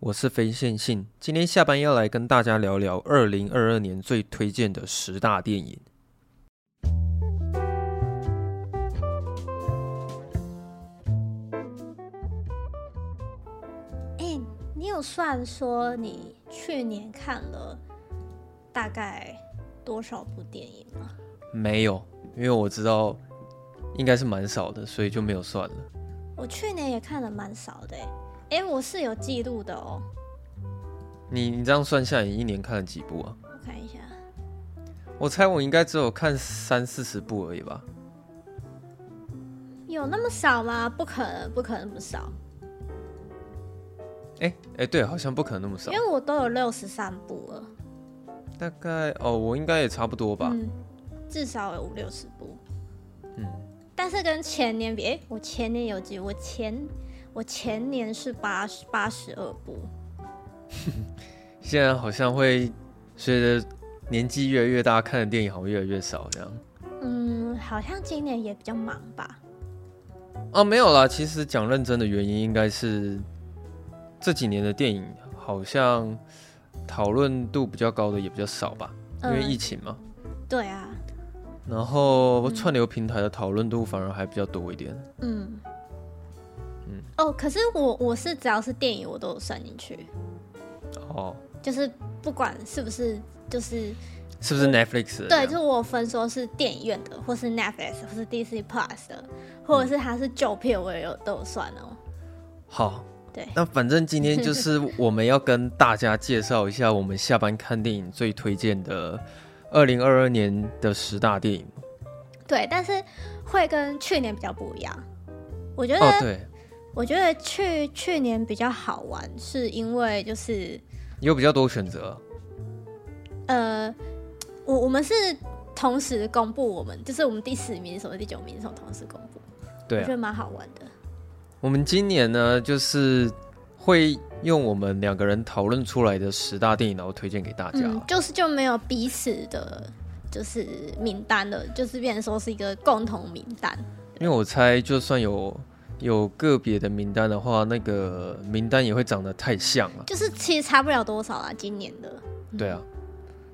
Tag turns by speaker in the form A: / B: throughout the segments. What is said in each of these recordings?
A: 我是非线性，今天下班要来跟大家聊聊二零二二年最推荐的十大电影。
B: 哎，你有算说你去年看了大概多少部电影吗？
A: 没有，因为我知道应该是蛮少的，所以就没有算了。
B: 我去年也看了蛮少的、欸，哎、我是有记录的哦、
A: 你你这样算下来，你一年看了几部啊？
B: 我看一下，
A: 我猜我应该只有看三四十部而已吧。
B: 有那么少吗？不可能，不可能不少，
A: 哎哎，对，好像不可能那么少
B: 因，为我都有六十三部了，
A: 大概哦，我应该也差不多吧。
B: 嗯，至少有五六十部。
A: 嗯，
B: 但是跟前年比，哎、我前年有几？我前我前年是八十八十二部，
A: 现在好像会随着年纪越来越大，看的电影好像越来越少这样。
B: 嗯，好像今年也比较忙吧。
A: 啊，没有啦。其实讲认真的原因，应该是这几年的电影好像讨论度比较高的也比较少吧，因
B: 嗯
A: 为疫情嘛。
B: 对啊，
A: 然后串流平台的讨论度反而还比较多一点。
B: 嗯，
A: 嗯
B: 哦，可是我我是只要是电影我都有算进去，
A: 哦，
B: 就是不管是不是就是
A: 是不是 Netflix？
B: 对，
A: 的这样
B: 就是我有分说是电影院的，或是 Netflix，或是 DC Plus 的，或者是它是旧片，我也有都有算哦。
A: 好。
B: 对
A: 那反正今天就是 我们要跟大家介绍一下我们下班看电影最推荐的二零二二年的十大电影。
B: 对，但是会跟去年比较不一样。我觉得，
A: 哦，对，
B: 我觉得去去年比较好玩，是因为就是
A: 有比较多选择。
B: 呃，我我们是同时公布我们，就是我们第十名什么第九名什么同时公布，
A: 对、
B: 我
A: 啊
B: 觉，得蛮好玩的。
A: 我们今年呢，就是会用我们两个人讨论出来的十大电影，然后推荐给大家。
B: 嗯，就是就没有彼此的，就是名单了，就是变成说是一个共同名单。
A: 因为我猜，就算有有个别的名单的话，那个名单也会长得太像了。
B: 就是其实差不了多少啦，今年的。
A: 对啊，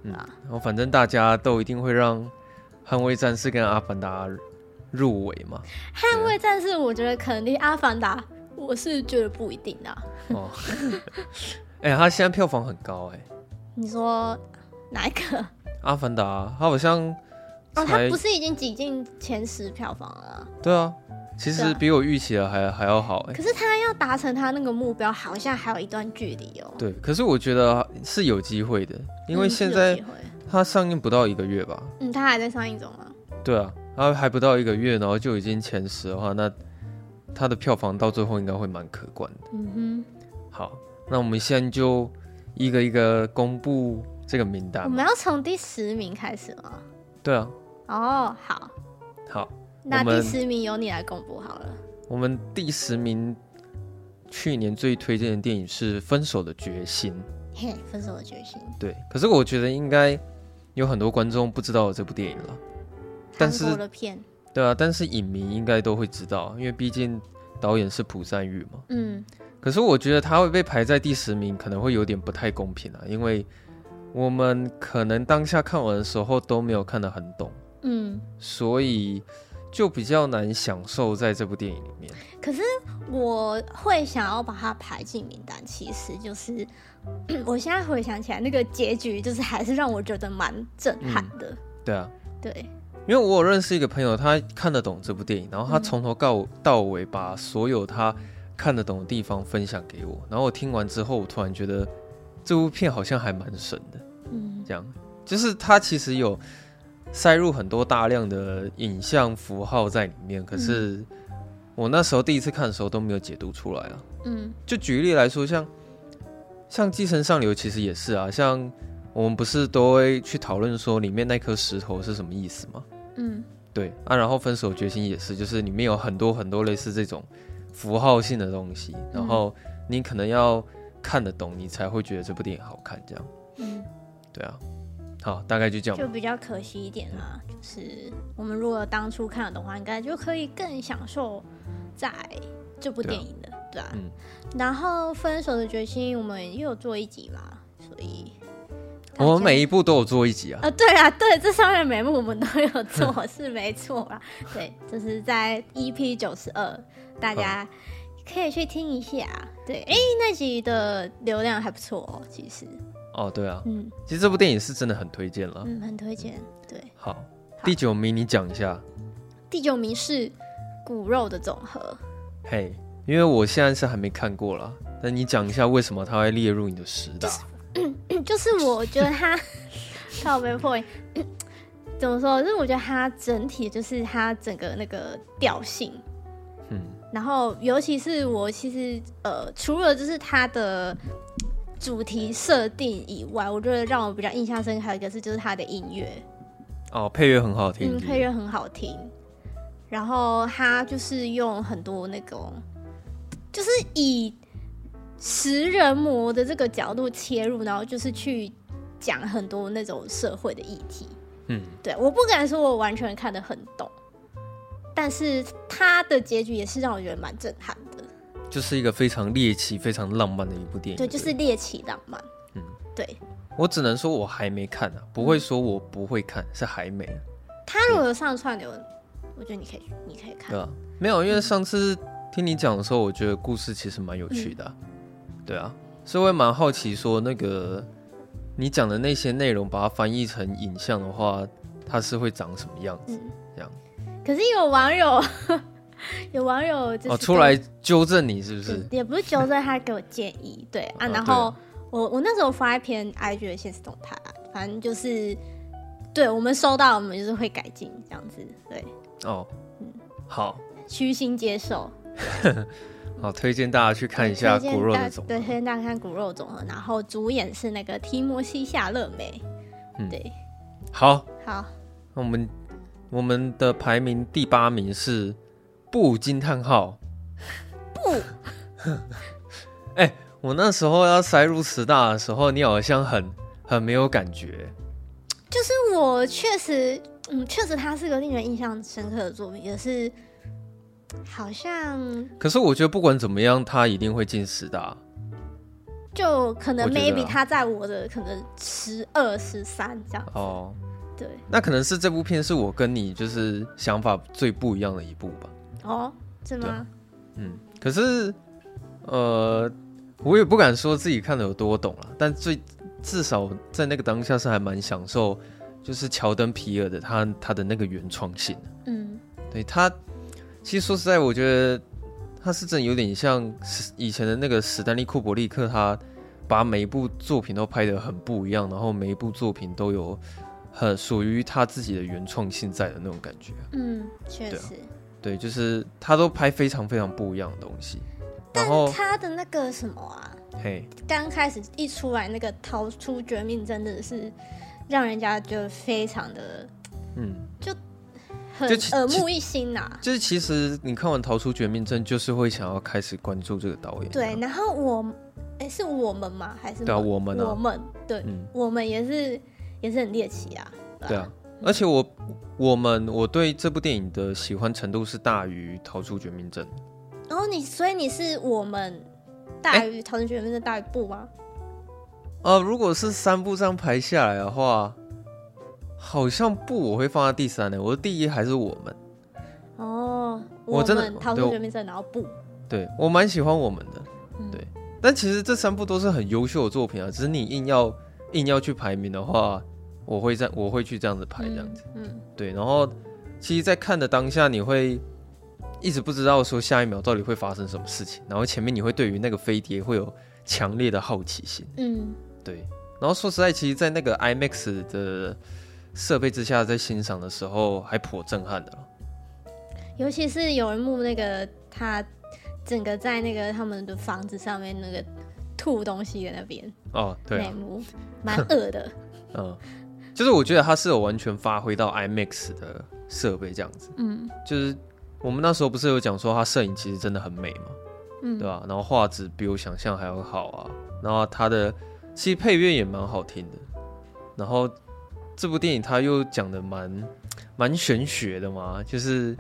A: 嗯，
B: 嗯啊
A: 然后反正大家都一定会让《捍卫战士》跟《阿凡达》入围嘛。
B: 捍
A: 啊
B: 卫战士，我觉得可能离《阿凡达》，我是觉得不一定啊。
A: 哦，哎、他现在票房很高哎、
B: 你说哪一个？
A: 阿凡达》他好像
B: 哦，
A: 才
B: 他不是已经挤进前十票房了啊？
A: 对啊，其
B: 对
A: 实
B: 啊
A: 比我预期的还还要好哎、
B: 可是他要达成他那个目标，好像还有一段距离哦。
A: 对，可是我觉得是有机会的，因为
B: 嗯是
A: 现
B: 有
A: 在
B: 机会
A: 它上映不到一个月吧？
B: 嗯，他还在上映中啊。
A: 对啊，它还不到一个月，然后就已经前十的话，那它的票房到最后应该会蛮可观的。
B: 嗯
A: 好，那我们现在就一个一个公布这个名
B: 哼，
A: 单
B: 我
A: 嘛。
B: 们要从第十名开始吗？
A: 对啊，
B: 哦，好，
A: 好，
B: 那第
A: 我们
B: 十名由你来公布好了。
A: 我们第十名去年最推荐的电影是《分手的决心》。
B: 嘿，分手的决心，
A: 对，可是我觉得应该有很多观众不知道有这部电影了。但
B: 韩
A: 是
B: 国的片，
A: 对啊，但是影迷应该都会知道，因为毕竟导演是朴赞玉嘛。
B: 嗯，
A: 可是我觉得他会被排在第十名，可能会有点不太公平啊，因为我们可能当下看完的时候都没有看得很懂，
B: 嗯，
A: 所以就比较难享受在这部电影里面。
B: 可是我会想要把它排进名单，其实就是 我现在回想起来，那个结局就是还是让我觉得蛮震撼的。
A: 对啊，
B: 对，
A: 因为我有认识一个朋友，他看得懂这部电影，然后他从头到到尾把所有他看得懂的地方分享给我，然后我听完之后，我突然觉得这部片好像还蛮神的，
B: 嗯
A: 这样就是他其实有塞入很多大量的影像符号在里面，可是我那时候第一次看的时候都没有解读出来啊。
B: 嗯
A: 就举例来说，像像《寄生上流》其实也是啊，像我们不是都会去讨论说里面那颗石头是什么意思吗？
B: 嗯
A: 对啊，然后《分手决心》也是，就是里面有很多很多类似这种符号性的东西，然后你可能要看得懂，你才会觉得这部电影好看。这样，
B: 嗯，
A: 对啊，好，大概就这样吧。
B: 就比较可惜一点啦。就是我们如果当初看了的话，应该就可以更享受在这部
A: 对啊
B: 电影的，对啊。
A: 嗯
B: 然后《分手的决心》我们也有做一集嘛，所以大
A: 我们
B: 家
A: 每一部都有做一集啊，
B: 啊，对啊，对，这上面每幕我们都有做，是没错啦。对，就是在 EP 九十二，大家可以去听一下。对，哎，那集的流量还不错哦，其实，
A: 哦，对啊，
B: 嗯
A: 其实这部电影是真的很推荐了。
B: 嗯，很推荐。对，
A: 好，第九名你讲一下，
B: 第九名是骨肉的总和。
A: 嘿，因为我现在是还没看过啦，那你讲一下为什么它会列入你的十大？
B: 就是我觉得他靠背 point 怎么说？就是我觉得他整体就是他整个那个调性，
A: 嗯，
B: 然后尤其是我其实呃，除了就是它的主题设定以外，我觉得让我比较印象深刻还有一个是就是它的音乐，
A: 哦，配乐很好听，
B: 嗯，配乐很好听，然后它就是用很多那种，就是以食人魔的这个角度切入，然后就是去讲很多那种社会的议题。
A: 嗯，
B: 对，我不敢说我完全看得很懂，但是它的结局也是让我觉得蛮震撼的。
A: 嗯就是一个非常猎奇、非常浪漫的一部电影。
B: 对，就是猎奇浪漫。
A: 嗯，
B: 对。
A: 我只能说我还没看啊，不会说我不会看，是还没，
B: 他如果有上串流，我觉得你可以，你可以
A: 对啊
B: 看。
A: 吧、没有，因为上次听你讲的时候，我觉得故事其实蛮有趣的啊、
B: 嗯
A: 对啊，所以我也蛮好奇说那个你讲的那些内容，把它翻译成影像的话，它是会长什么样子？
B: 嗯
A: 这样
B: 可是有网友， 有网友嗯就是
A: 哦，出
B: 跟
A: 来纠正你是不
B: 对
A: 是？
B: 也不是纠正，他给我建议，对啊，
A: 哦
B: 然
A: 对
B: 后我我那时候发一篇 IG 的现实动态啦，反正就是，对我们收到，我们就是会改进这样子，对，嗯
A: 哦，好
B: 虚心接受，
A: 好推荐大家去看一下
B: 推
A: 《
B: 荐
A: 骨肉
B: 大
A: 的总
B: 对，推荐大家看骨肉总和，然后主演是那个提摩西夏乐美，
A: 嗯
B: 对，
A: 好，
B: 好，
A: 那我们我们的排名第八名是不惊叹号不。 哎、我那时候要塞入十大的时候，你好像很很没有感觉。
B: 就是我确实，嗯，确实它是个令人印象深刻的作品，也是好像
A: 可是我觉得不管怎么样，他一定会进十大。
B: 就可能
A: 我觉得啊
B: maybe 他在我的可能十二十三这样，
A: 哦，
B: 对，
A: 那可能是这部片是我跟你就是想法最不一样的一部吧。
B: 哦，是吗？
A: 嗯，可是呃，我也不敢说自己看的有多懂了，但最至少在那个当下是还蛮享受，就是乔登皮尔的他他的那个原创性。
B: 嗯
A: 对他，其实说实在，我觉得他是真的有点像史以前的那个史丹利库伯利克，他把每一部作品都拍得很不一样，然后每一部作品都有很属于他自己的原创性在的那种感觉。
B: 嗯，确
A: 对啊
B: 实。
A: 对，就是他都拍非常非常不一样的东西。然后，
B: 他的那个什么啊，
A: 嘿，
B: 刚开始一出来那个逃出绝命，真的是让人家觉得非常的
A: 嗯，
B: 很
A: 就其
B: 耳目一新啊呐、
A: 就是其实你看完《逃出绝命镇》，就是会想要开始关注这个导演。
B: 对，，然后我，哎、是我们吗？还是
A: 啊对啊，
B: 我
A: 我们
B: 我
A: 啊，
B: 们对，
A: 嗯，
B: 我们也是也是很猎奇啊。
A: 对啊，。而且我我们我对这部电影的喜欢程度是大于《逃出绝命镇》。
B: 然后你，所以你是我们大于逃出绝命的大于部吗？
A: 呃，如果是三部这样排下来的话，好像不我会放在第三呢。我的第一还是我们，
B: 哦，
A: 我真的
B: 们逃
A: 对
B: 出
A: 我
B: 绝命镇，然后不，
A: 对我蛮喜欢我们的。
B: 嗯
A: 对但其实这三部都是很优秀的作品啊，只是你硬要硬要去排名的话，我会这样，我会去这样子拍这样子。
B: 嗯，
A: 对，然后其实，在看的当下，你会一直不知道说下一秒到底会发生什么事情，然后前面你会对于那个飞碟会有强烈的好奇心。
B: 嗯
A: 对，然后说实在，其实，在那个 IMAX 的设备之下，在欣赏的时候还颇震撼的啦。
B: 嗯，尤其是有人幕那个他整个在那个他们的房子上面那个吐东西的那边、
A: 哦，对、
B: 那一
A: 啊，
B: 幕，蛮恶的。
A: 嗯，就是我觉得它是有完全发挥到 IMAX 的设备这样子。
B: 嗯
A: 就是我们那时候不是有讲说，它摄影其实真的很美嘛，
B: 嗯，
A: 对吧、然后画质比我想象还要好啊，然后它的其实配乐也蛮好听的，然后这部电影它又讲的蛮蛮玄学的嘛，就是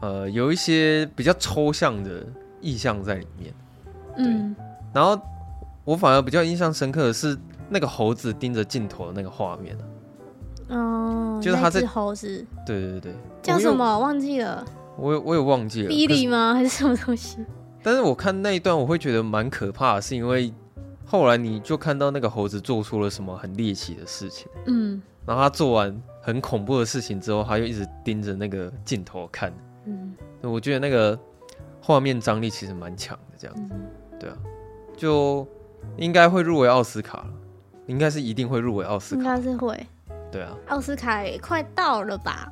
A: 呃有一些比较抽象的意象在里面。
B: 嗯
A: 然后我反而比较印象深刻的是那个猴子盯着镜头的那个画面、啊、
B: 哦，
A: 就是他
B: 那
A: 在
B: 只猴子
A: 对对对，
B: 叫什？么忘记了，
A: 我也我也忘记了。
B: 比
A: 啊可是
B: 利吗？还是什么东西？
A: 但是我看那一段，我会觉得蛮可怕的，是因为后来你就看到那个猴子做出了什么很猎奇的事情，
B: 嗯
A: 然后他做完很恐怖的事情之后，他又一直盯着那个镜头看，
B: 嗯
A: 我觉得那个画面张力其实蛮强的，这样子，
B: 嗯
A: 对啊，就应该会入围奥斯卡了，应该是一定会入围奥斯
B: 嗯应
A: 卡
B: 该，是会。
A: 对啊，
B: 奥斯卡也快到了吧？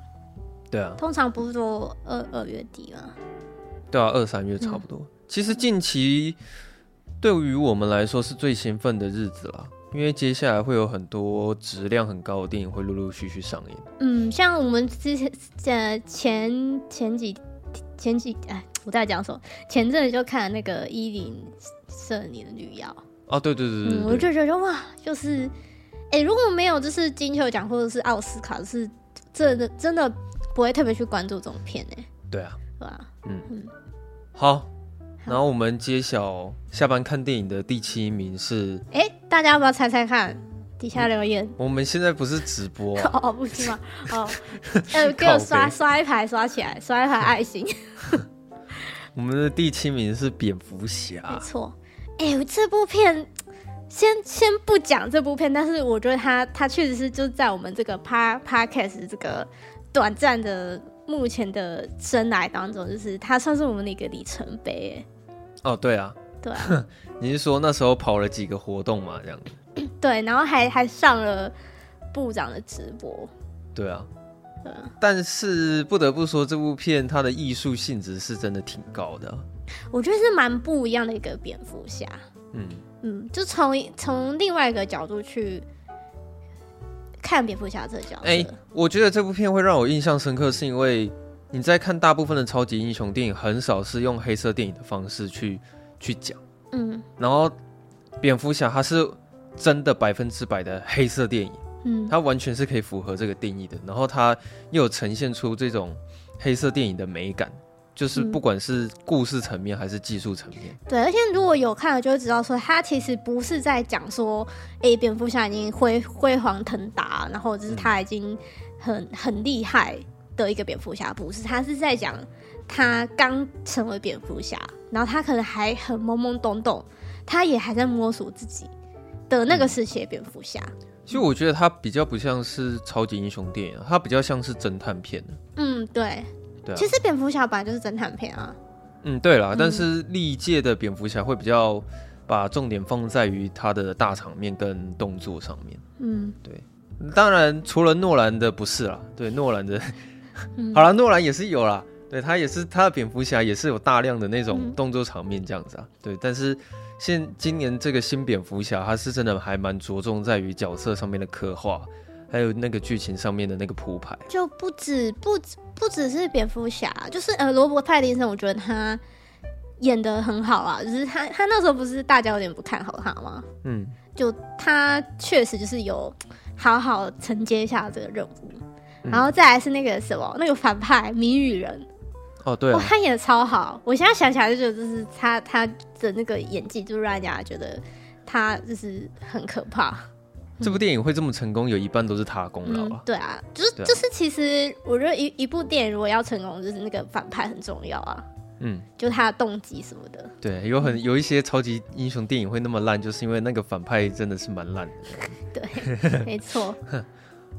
A: 对啊，
B: 通常不是都二二月底吗？
A: 对啊，二三月差
B: 嗯
A: 不多。其实近期对于我们来说是最兴奋的日子啦，因为接下来会有很多质量很高的电影会陆陆续续上映。
B: 嗯，像我们之前呃前前几前几哎，我在讲什么？前阵子就看了那个伊林社里的女妖，
A: 啊，对对对对
B: 嗯，
A: 对
B: 我就觉得哇，就是哎、如果没有就是金球奖或者是奥斯卡，就是真的真的不会特别去关注这种片哎、
A: 对啊，
B: 对吧？
A: 好。然后我们揭晓下班看电影的第七名是，
B: 哎、大家要不要猜猜看？底下留言。
A: 我们现在不是直播、啊，
B: 哦 哦，不行吗？ 哦，呃，给我刷
A: 靠北
B: 刷一排，刷起来，刷一排爱心。
A: 我们的第七名是蝙蝠
B: 没
A: 侠。
B: 错，哎、这部片先先不讲这部片，但是我觉得它它确实是就在我们这个 pa podcast 这个短暂的目前的生涯当中，就是它算是我们的一个里程碑。
A: 哦，对啊，
B: 哎，对啊，
A: 你是说那时候跑了几个活动嘛？这样子，
B: 对，然后还还上了部长的直播，
A: 对啊。
B: 对啊
A: 但是不得不说，这部片它的艺术性质是真的挺高的啊、
B: 我觉得是蛮不一样的一个蝙蝠侠。
A: 嗯，
B: 嗯，就从从另外一个角度去看蝙蝠侠这个角色。
A: 哎、我觉得这部片会让我印象深刻，是因为你在看大部分的超级英雄电影，很少是用黑色电影的方式去去讲。
B: 嗯
A: 然后，蝙蝠侠它是真的百分之百的黑色电影，
B: 嗯，
A: 它完全是可以符合这个定义的。然后它又有呈现出这种黑色电影的美感，就是
B: 嗯
A: 不管是故事层面还是技术层面，
B: 对，而且如果有看了，就会知道说，他其实不是在讲说，诶，蝙蝠侠已经辉辉煌腾达，然后
A: 嗯
B: 就是他已经很很厉害的一个蝙蝠侠，不是，他是在讲他刚成为蝙蝠侠，然后他可能还很懵懵懂懂，他也还在摸索自己的
A: 嗯
B: 那个时期的蝙蝠侠。
A: 其实我觉得它比较不像是超级英雄电影啊，它比较像是侦探片啊
B: 嗯，对，
A: 对啊，
B: 其实蝙蝠侠本来就是侦探片啊。
A: 嗯，对啦，
B: 嗯
A: 但是历届的蝙蝠侠会比较把重点放在于他的大场面跟动作上面。
B: 嗯
A: 当然，除了诺兰的不是啦，对诺兰的，
B: 嗯，
A: 好啦，诺兰也是有啦，对他也是他的蝙蝠侠也是有大量的那种
B: 嗯
A: 动作场面这样子啊，对，但是现今年这个新蝙蝠侠，他是真的还蛮着重在于角色上面的刻画，还有那个剧情上面的那个铺排。
B: 就不止不止不只是蝙蝠侠，就是呃罗伯派丁森，我觉得他演的很好啊，就是他他那时候不是大家有点不看好他吗？
A: 嗯，
B: 就他确实就是有好好承接一下这个任务，
A: 嗯
B: 然后再来是那个什么那个反派谜语人，
A: 哦，对
B: 哇、
A: 啊，
B: 他演的超好，我现在想起来就觉得就是他他的那个演技就让人家觉得他就是很可怕。
A: 这部电影会这么成功，有一半都是他功劳
B: 嗯
A: 啊，。
B: 对啊，就是、
A: 对啊
B: 就是，其实我觉得一一部电影如果要成功，就是那个反派很重要啊，
A: 嗯。
B: 就他的动机什么的。
A: 对，有很有一些超级英 雄电影会那么烂，就是因为那个反派真的是蛮烂的。
B: 对，没错。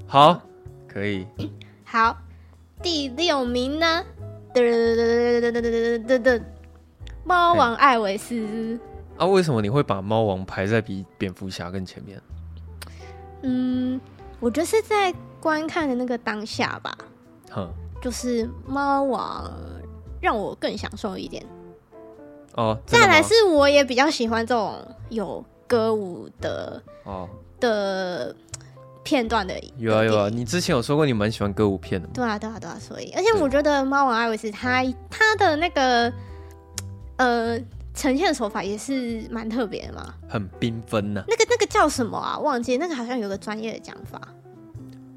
A: 好，可以。
B: 好，第六名呢？噔噔噔噔噔噔噔噔噔，猫王艾维斯。
A: 啊，为什么你会把猫王排在比蝙蝠侠更前面？
B: 嗯，我觉得是在观看的那个当下吧，
A: 哼，
B: 就是猫王让我更享受一点。
A: 哦，真的
B: 再来
A: 吗
B: 是我也比较喜欢这种有歌舞的
A: 哦，
B: 的片段的。
A: 有啊
B: 的
A: 有啊，
B: 电影
A: 你之前有说过你蛮喜欢歌舞片的嘛，
B: 对啊，对啊，对啊，所以，而且我觉得猫王艾维斯他他的那个呃呈现手法也是蛮特别的嘛。
A: 很缤纷呐。
B: 那个那个叫什么啊？忘记那个好像有个专业的讲法，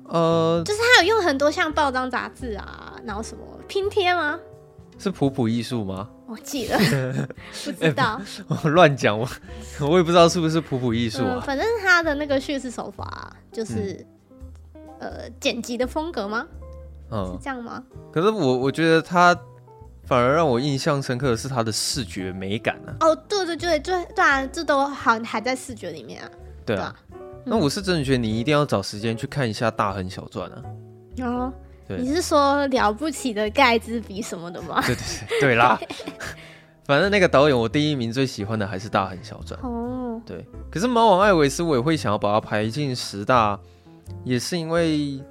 A: 呃，
B: 就是他有用很多像报章杂志啊，然后什么拼贴吗？
A: 是普普艺术吗？
B: 我记了，不知
A: 哎
B: 道。
A: 我乱讲，我我也不知道是不是普普艺术
B: 嗯，
A: 啊。
B: 反正他的那个叙事手法啊、就是、呃剪辑的风格吗？是
A: 嗯，
B: 这样吗？
A: 可是我我觉得它反而让我印象深刻的是它的视觉美感啊。
B: 哦，对对对对对啊，这都好还在视觉里面啊。
A: 对
B: 对
A: 啊
B: 啊，
A: 那我是真的觉得你一定要找时间去看一下《大亨小 传》啊。
B: 然后
A: 对
B: 你是说了不起的盖茨比什么的吗？
A: 对对对对啦， 反正那个导演我第一名最喜欢的还是《大亨小传》。
B: 哦，
A: 对，可是猫王艾维斯我也会想要把它排进十大，也是因为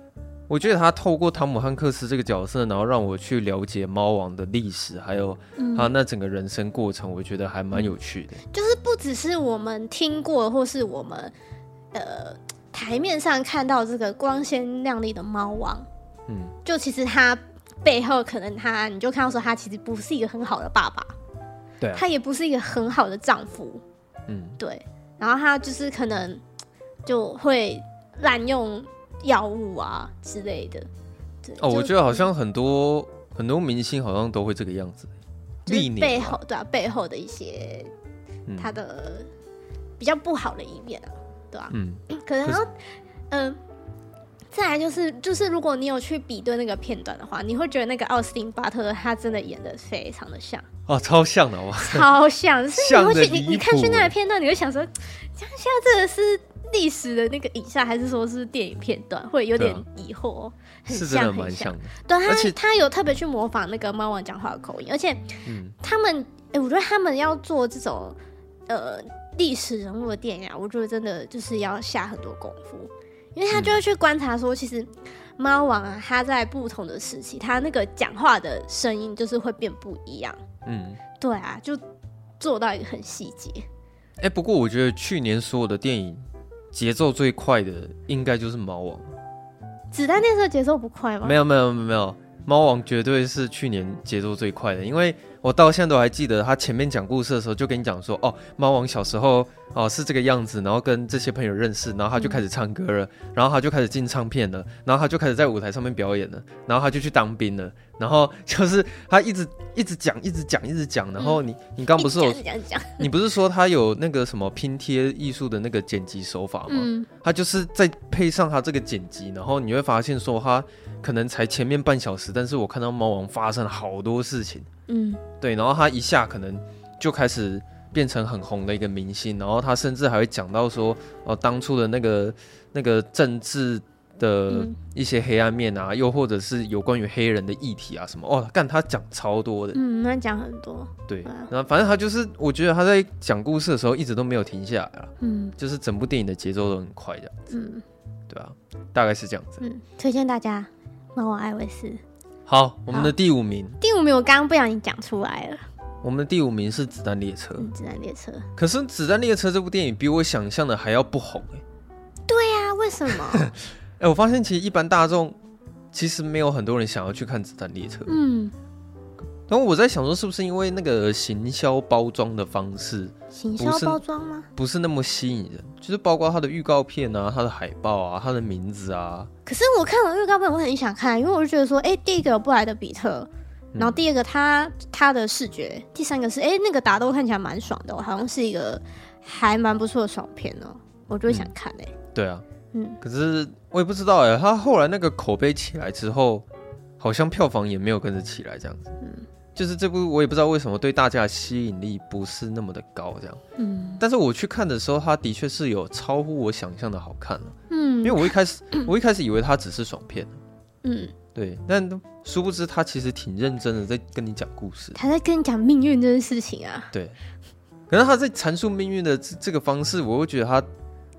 A: 我觉得他透过汤姆汉克斯这个角色，然后让我去了解猫王的历史，还有
B: 嗯
A: 他那整个人生过程，我觉得还蛮有趣的。
B: 就是不只是我们听过，或是我们呃台面上看到这个光鲜亮丽的猫王，
A: 嗯，
B: 就其实他背后可能他你就看到说他其实不是一个很好的爸爸，
A: 对啊，
B: 他也不是一个很好的丈夫，
A: 嗯，
B: 对，然后他就是可能就会滥用药物啊之类的。对
A: 哦，我
B: 就
A: 觉得好像很多很多明星好像都会这个样子，
B: 就是
A: 历年
B: 背
A: 吧
B: 后对啊，背后的一些
A: 嗯
B: 他的比较不好的一面啊，对啊，
A: 嗯，
B: 可能
A: 可是
B: 然后嗯、再来就是就是如果你有去比对那个片段的话，你会觉得那个奥斯汀巴特勒他真的演的非常的像，
A: 哦，超像的哇，
B: 超像，就是你
A: 像
B: 会
A: 得
B: 去你
A: 离
B: 你看去
A: 谱
B: 那
A: 欸
B: 个片段，你会想说，像现在这个是历史的那个影像，还是说是电影片段，会有
A: 对
B: 点
A: 啊
B: 疑惑，很
A: 是真的
B: 像
A: 蛮
B: 很像
A: 像。的，
B: 对
A: 而且
B: 他，他有特别去模仿那个猫王讲话的口音，而且
A: 嗯，
B: 他们，哎、我觉得他们要做这种呃历史人物的电影啊，我觉得真的就是要下很多功夫，因为他就会去观察说，其实猫王啊，他在不同的时期，他那个讲话的声音就是会变不一样。
A: 嗯。
B: 对啊，就做到一个很细节。
A: 哎、不过我觉得去年所有的电影节奏最快的应该就是《猫王》
B: 子弹电射节奏不快吗？
A: 没有没有没有没有，猫王绝对是去年节奏最快的，因为我到现在都还记得他前面讲故事的时候就跟你讲说，哦，猫王小时候哦是这个样子，然后跟这些朋友认识，然
B: 嗯
A: 后他就开始唱歌了，然后他就开始进唱片了，然后他就开始在舞台上面表演了，然后他就去当兵了，然后就是他一直一直讲一直讲一直讲，然后你、你刚不是有
B: 这样嗯 讲，
A: 你不是说他有那个什么拼贴艺术的那个剪辑手法吗？
B: 嗯，
A: 他就是再配上他这个剪辑，然后你会发现说他可能才前面半小时，但是我看到猫王发生了好多事情，
B: 嗯，
A: 对，然后他一下可能就开始变成很红的一个明星，然后他甚至还会讲到说，哦，当初的那个那个政治的
B: 嗯
A: 一些黑暗面啊，又或者是有关于黑人的议题啊什么，哦，干他讲超多的，
B: 嗯，那讲很多，
A: 对
B: 对啊，
A: 然后反正他就是，我觉得他在讲故事的时候一直都没有停下来啊，
B: 嗯
A: 就是整部电影的节奏都很快的，
B: 嗯
A: 对啊，大概是这样子。
B: 嗯，推荐大家《猫王艾维斯》。
A: 好，我们的第五名，
B: 第五名我刚刚不小心讲出来了，
A: 我们的第五名是《子弹列车》
B: 嗯，《子弹列车》。
A: 可是《子弹列车》这部电影比我想象的还要不红哎、
B: 啊，为什 么？
A: 哎、我发现其实一般大众其实没有很多人想要去看《子弹列车》，
B: 嗯，
A: 然后我在想说是不是因为那个行销包装的方式
B: 行
A: 不
B: 销
A: 是
B: 包装吗？
A: 不是那么吸引人，就是包括它的预告片啊、它的海报啊、它的名字啊，
B: 可是我看完预告片，我很想看，因为我就觉得说，哎、第一个有布莱德比特，
A: 嗯
B: 然后第二个他他的视觉，第三个是哎、诶那个打斗看起来蛮爽的哦，好像是一个还蛮不错的爽片哦，我就会想看哎、
A: 对啊，
B: 嗯，
A: 可是我也不知道哎，他后来那个口碑起来之后，好像票房也没有跟着起来这样子。
B: 嗯
A: 就是这部我也不知道为什么对大家的吸引力不是那么的高这样。
B: 嗯
A: 但是我去看的时候，它的确是有超乎我想象的好看了、
B: 嗯，
A: 因为我一开始我一开始以为他只是爽片，
B: 嗯，
A: 对，但殊不知他其实挺认真的在跟你讲故事，
B: 他在跟你讲命运这件事情啊，
A: 对。可是他在阐述命运的这这个方式，我会觉得他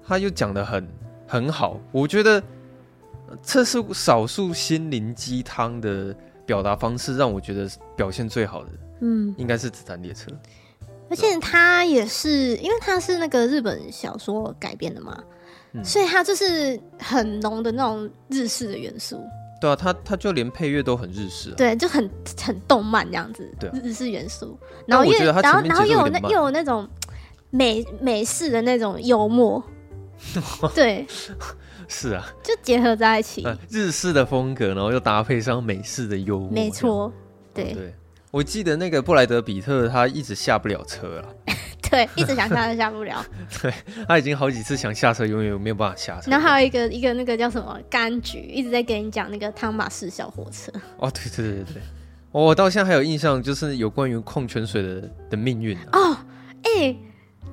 A: 他又讲的很很好，我觉得这是少数心灵鸡汤的表达方式，让我觉得表现最好的
B: 嗯，
A: 应该是《子弹列车》。
B: 而且他也是，因为他是那个日本小说改编的嘛，
A: 嗯
B: 所以他就是很浓的那种日式的元素，
A: 对啊，他他就连配乐都很日式、啊，
B: 对，就很很动漫这样子，
A: 对啊
B: 日式元素，然
A: 但
B: 后
A: 我
B: 又
A: 觉得他
B: 然后
A: 前面
B: 然后
A: 节奏
B: 又有
A: 有点
B: 那
A: 慢
B: 又有那种美美式的那种幽 默，对，嗯
A: 是啊，
B: 就结合在一起，
A: 呃日式的风格，然后又搭配上美式的幽默，
B: 没错，
A: 这样。
B: 对
A: 对，我记得那个布莱德比特他一直下不了车啊，
B: 对，一直想下都下不 了。
A: 他已经好几次想下车，永远没有办法下车。
B: 然后还有一个一个那个叫什么柑橘，一直在跟你讲那个汤马士小火车，
A: 哦，对对对对对，哦我到现在还有印象，就是有关于矿泉水的的命运、啊。
B: 哎、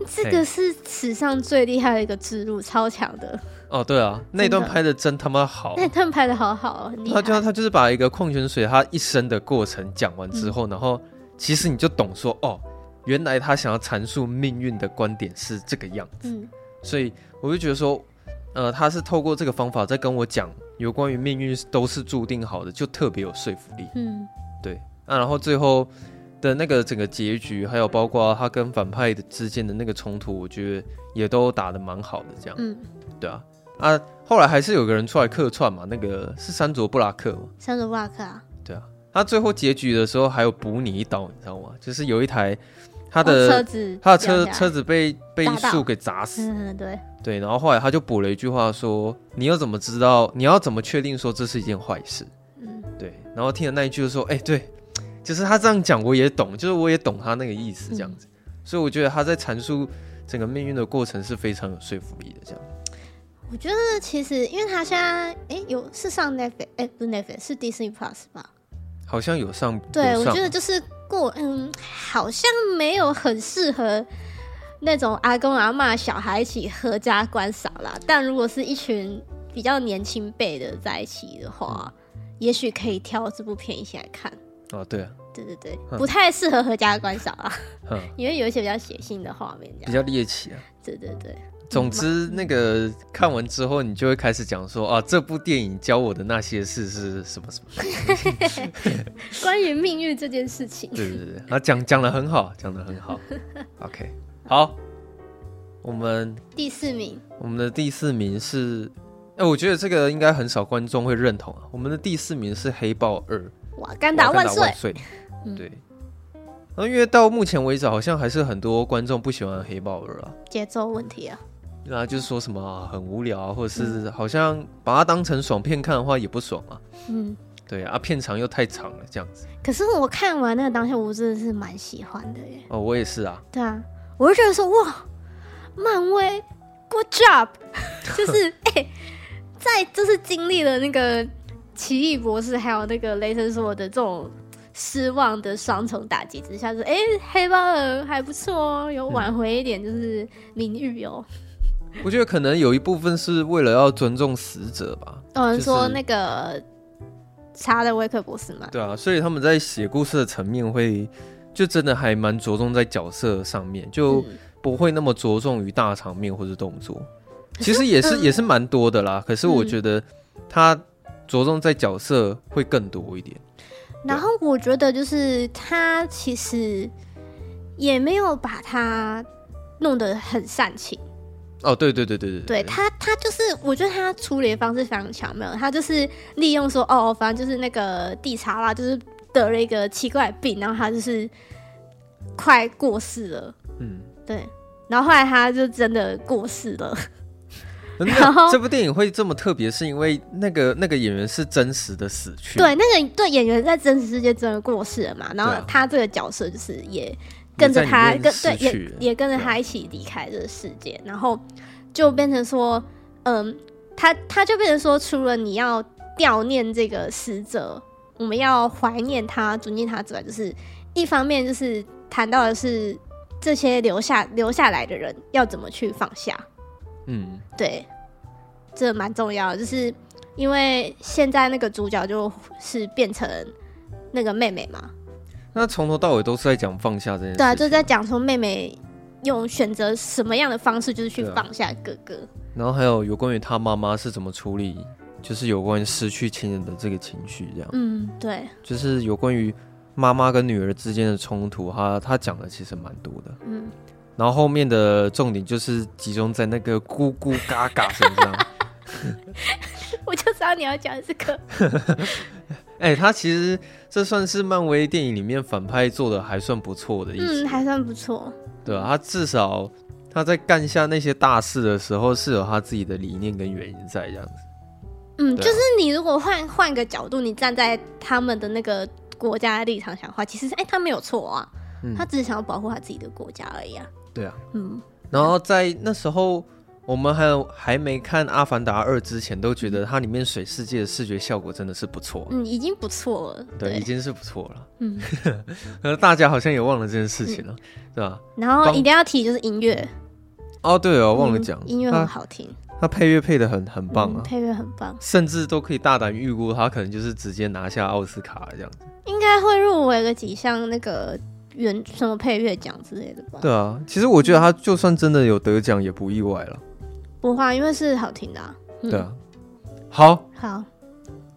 B: 这个是史上最厉害的一个之路，超强的。
A: 哦，对啊，那段拍的真他妈好。
B: 那他们拍的好好，哦很厉
A: 哦他就
B: 害。
A: 他就是把一个矿泉水他一生的过程讲完之后，然后其实你就懂说，哦，原来他想要阐述命运的观点是这个样子。
B: 嗯
A: 所以我就觉得说，呃，他是透过这个方法在跟我讲有关于命运都是注定好的，就特别有说服力。
B: 嗯，
A: 对，那、然后最后的那个整个结局，还有包括他跟反派的之间的那个冲突，我觉得也都打得蛮好的，这样，
B: 嗯，
A: 对啊，啊，后来还是有个人出来客串嘛，那个是山卓布拉克嘛，
B: 山卓布拉克啊，
A: 对啊，他最后结局的时候还有补你一刀，你知道吗？就是有一台他
B: 哦
A: 的、
B: 车子，
A: 他的车车，子被被
B: 砸到
A: 树给砸死，
B: 嗯，对，
A: 对，然后后来他就补了一句话说：“你要怎么知道？你要怎么确定说这是一件坏事？”
B: 嗯
A: 对，然后听了那一句就说：“哎、对，就是他这样讲，我也懂，就是我也懂他那个意思，这样子。所以我觉得他在阐述整个命运的过程是非常有说服力的。这样，
B: 我觉得其实因为他现在哎、有是上 Netflix，哎、不是 Netflix 是 Disney Plus 吧？
A: 好像有上
B: 对，
A: 有
B: 我
A: 上
B: 觉得就是过，嗯，好像没有很适合那种阿公阿嬷小孩一起合家观赏啦。但如果是一群比较年轻辈的在一起的
A: 嗯
B: 话，也许可以挑这部片一起来看。
A: 啊，对啊，
B: 对对对，
A: 嗯
B: 不太适合合家观赏啊，
A: 嗯，
B: 因为有一些比较血腥的画面这
A: 比
B: 样。
A: 较猎奇啊。
B: 对对对，
A: 总
B: 嗯
A: 之，那个看完之后，你就会开始讲说啊，这部电影教我的那些事是什么什么。
B: 关于命运这件事情，
A: 对对 对对，啊，讲讲的很好，讲的很好。OK，好，我们
B: 第四名，
A: 我们的第四名是，哎、我觉得这个应该很少观众会认同啊。我们的第四名是《黑豹二》，
B: 瓦干达万岁
A: 万！岁！
B: 嗯
A: 对，然后因为到目前为止，好像还是很多观众不喜欢《黑豹二》啊，
B: 节奏问题啊，
A: 那就是说什么、啊很无聊啊，或者是好像把它当成爽片看的话也不爽啊。
B: 嗯。
A: 对啊，片长又太长了，这样子。
B: 可是我看完那个当下，我真的是蛮喜欢的耶。
A: 哦，我也是啊，
B: 对啊，我就觉得说哇，漫威，good job，就是哎、在就是经历了那个奇异博士还有那个雷神索尔的这种失望的双重打击之下，就是哎、黑豹二还不错哦，有挽回一点就是名誉哦。
A: 我觉得可能有一部分是为了要尊重死者吧。
B: 有人
A: 就
B: 说
A: 是
B: 那个查的威克博士嘛，
A: 对啊，所以他们在写故事的层面会，就真的还蛮着重在角色上面，就
B: 嗯
A: 不会那么着重于大场面或是动作。
B: 可
A: 其实也是
B: 嗯
A: 也是蛮多的啦，可是我
B: 嗯
A: 觉得他着重在角色会更多一点。
B: 然后我觉得就是他其实也没有把它弄得很煽情。
A: 哦，对对对对对
B: 对他，他就是我觉得他处理的方式非常巧妙，他就是利用说哦，反正就是那个地查啦，就是得了一个奇怪的病，然后他就是快过世了，
A: 嗯，
B: 对，然后后来他就真的过世了， 然后
A: 那这部电影会这么特别，是因为那个那个演员是真实的死去。
B: 对，那个对演员在真实世界真的过世了嘛，然后
A: 对啊
B: 他这个角色就是也跟着他
A: 也在里面
B: 跟对
A: 逝去
B: 也
A: 了
B: 也跟着
A: 对啊
B: 他一起离开这个世界，然后就变成说，嗯，他他就变成说，除了你要悼念这个死者，我们要怀念他、尊敬他之外，就是一方面就是谈到的是这些留下留下来的人要怎么去放下，
A: 嗯，
B: 对，这蛮重要的，就是因为现在那个主角就是变成那个妹妹嘛，
A: 那从头到尾都是在讲放下这件事情。
B: 对啊，就是在讲说妹妹用选择什么样的方式，就是去
A: 对啊
B: 放下哥哥。
A: 然后还有有关于他妈妈是怎么处理，就是有关于失去亲人的这个情绪，这样、
B: 嗯，对，
A: 就是有关于妈妈跟女儿之间的冲突，他他讲的其实蛮多的。
B: 嗯，
A: 然后后面的重点就是集中在那个咕咕嘎嘎身上。
B: 我就知道你要讲这个。
A: 哎、他其实这算是漫威电影里面反派做的还算不错的一集，
B: 嗯，还算不错。
A: 对啊，他至少他在干下那些大事的时候是有他自己的理念跟原因在这样子。
B: 嗯，
A: 对啊
B: 就是你如果换换个角度，你站在他们的那个国家的立场想的话，其实哎、他没有错啊，
A: 嗯
B: 他只是想要保护他自己的国家而已啊。
A: 对啊，
B: 嗯，
A: 然后在那时候我们还有还没看《阿凡达二》之前，都觉得它里面水世界的视觉效果真的是不错。
B: 嗯，已经不错了。
A: 对，
B: 对，
A: 已经是不错了。
B: 嗯，
A: 呃，大家好像也忘了这件事情了，对吧、
B: 然后
A: 帮
B: 一定要提就是音乐，
A: 哦，对哦，忘了讲、
B: 嗯音乐很
A: 他
B: 好听，
A: 他配乐配的很很棒
B: 嗯
A: 啊，
B: 配乐很棒，
A: 甚至都可以大胆预估他可能就是直接拿下奥斯卡这样子。
B: 应该会入围个几项那个原什么配乐奖之类的吧？
A: 对啊，其实我觉得他就算真的有得奖也不意外了。
B: 不会啊，因为是好听的、啊。嗯
A: 对啊，好，
B: 好，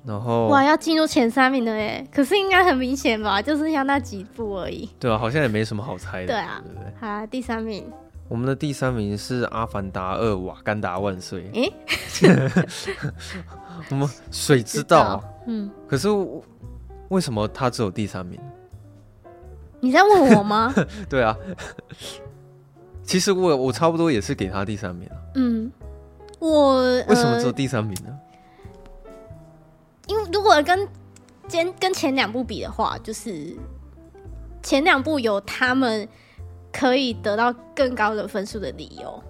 A: 然后
B: 哇，要进入前三名的哎，可是应该很明显 吧？就剩下那几部而已。
A: 对啊，好像也没什么好猜的。
B: 对啊
A: 对不对？
B: 好啊，第三名，
A: 我们的第三名是《阿凡达二：瓦干达万岁》。
B: 诶
A: 我们水知道，
B: 嗯，
A: 可是我为什么他只有第三名？
B: 你在问我 吗？
A: 对啊，其实我我差不多也是给他第三名啊
B: 嗯，我
A: 为什么只有
B: 呃、
A: 第三名呢？
B: 因为如果跟前跟前两部比的话，就是前两部有他们可以得到更高的分数的理由。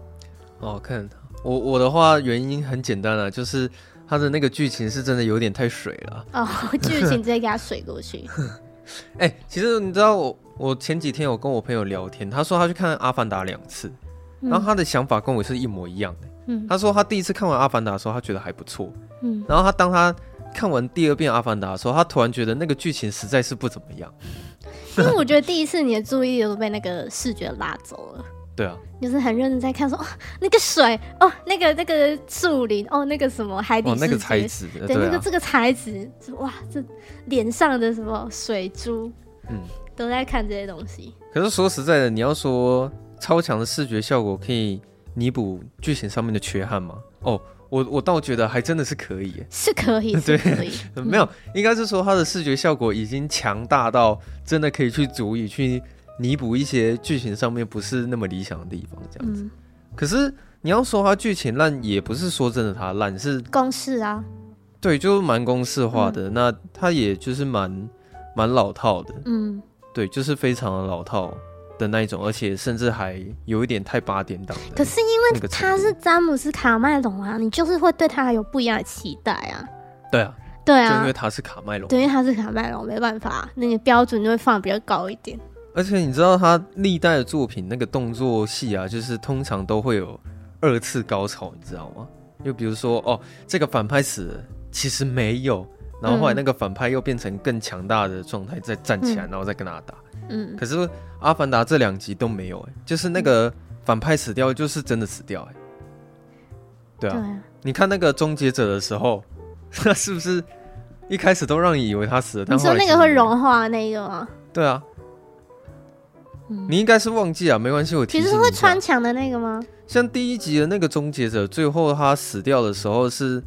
A: 哦，看我我的话原因很简单啊，就是他的那个剧情是真的有点太水了啊。
B: 哦，剧情直接给他水过去。
A: 哎、其实你知道我，我前几天有跟我朋友聊天，他说他去看《阿凡达》两次，
B: 嗯
A: 然后他的想法跟我是一模一样的。
B: 嗯
A: 他说他第一次看完《阿凡达》的时候，他觉得还不错，
B: 嗯，
A: 然后他当他看完第二遍《阿凡达》的时候，他突然觉得那个剧情实在是不怎么样。
B: 因为我觉得第一次你的注意力都被那个视觉拉走了。
A: 对啊，
B: 就是很认真在看说，哦，那个水，哦，那个那个树林，哦，那个什么海底
A: 哦
B: 世，界，
A: 那个才子，
B: 对，
A: 对
B: 那个
A: 啊，
B: 这个材质，哇，这脸上的什么水珠，
A: 嗯，
B: 都在看这些东西。
A: 可是说实在的，你要说超强的视觉效果可以弥补剧情上面的缺憾吗？哦，我我倒觉得还真的是可以耶。
B: 是可 以，是
A: 对
B: 可以，
A: 没有，应该是说它的视觉效果已经强大到真的可以去足以去弥补一些剧情上面不是那么理想的地方，这样子。
B: 嗯，
A: 可是你要说它剧情烂，也不是说真的它烂，是
B: 公式啊，
A: 对，就是蛮公式化的。那它也就是蛮蛮老套的，
B: 嗯，
A: 对，就是非常的老套的那一种，而且甚至还有一点太八点档的。
B: 可是因
A: 那个
B: 为
A: 程
B: 他
A: 度
B: 是詹姆斯卡麦隆啊，你就是会对他有不一样的期待啊，
A: 对啊，
B: 对
A: 就因
B: 啊
A: 为，它是卡麦隆，
B: 对，因为他是卡麦隆，没办法，那个标准就会放得比较高一点，
A: 而且你知道他历代的作品那个动作戏啊，就是通常都会有二次高潮，你知道吗？就比如说哦，这个反派死了，其实没有，然后后来
B: 嗯
A: 那个反派又变成更强大的状态，再站起来，然后再跟他打。
B: 嗯，
A: 可是《阿凡达》这两集都没有、欸，就是那个反派死掉，就是真的死掉、欸，
B: 对
A: 对啊，
B: 啊，
A: 你看那个终结者的时候， 他是不是一开始都让你以为他死了？
B: 你
A: 但后
B: 说
A: 来
B: 那
A: 其
B: 个
A: 实
B: 会
A: 没有
B: 融化那个吗？
A: 对啊，
B: 嗯
A: 你应该是忘记啊，没关系，我提
B: 其
A: 醒
B: 实
A: 你一
B: 会
A: 下
B: 穿墙的那个吗？
A: 像第一集的那个终结者，最后他死掉的时候是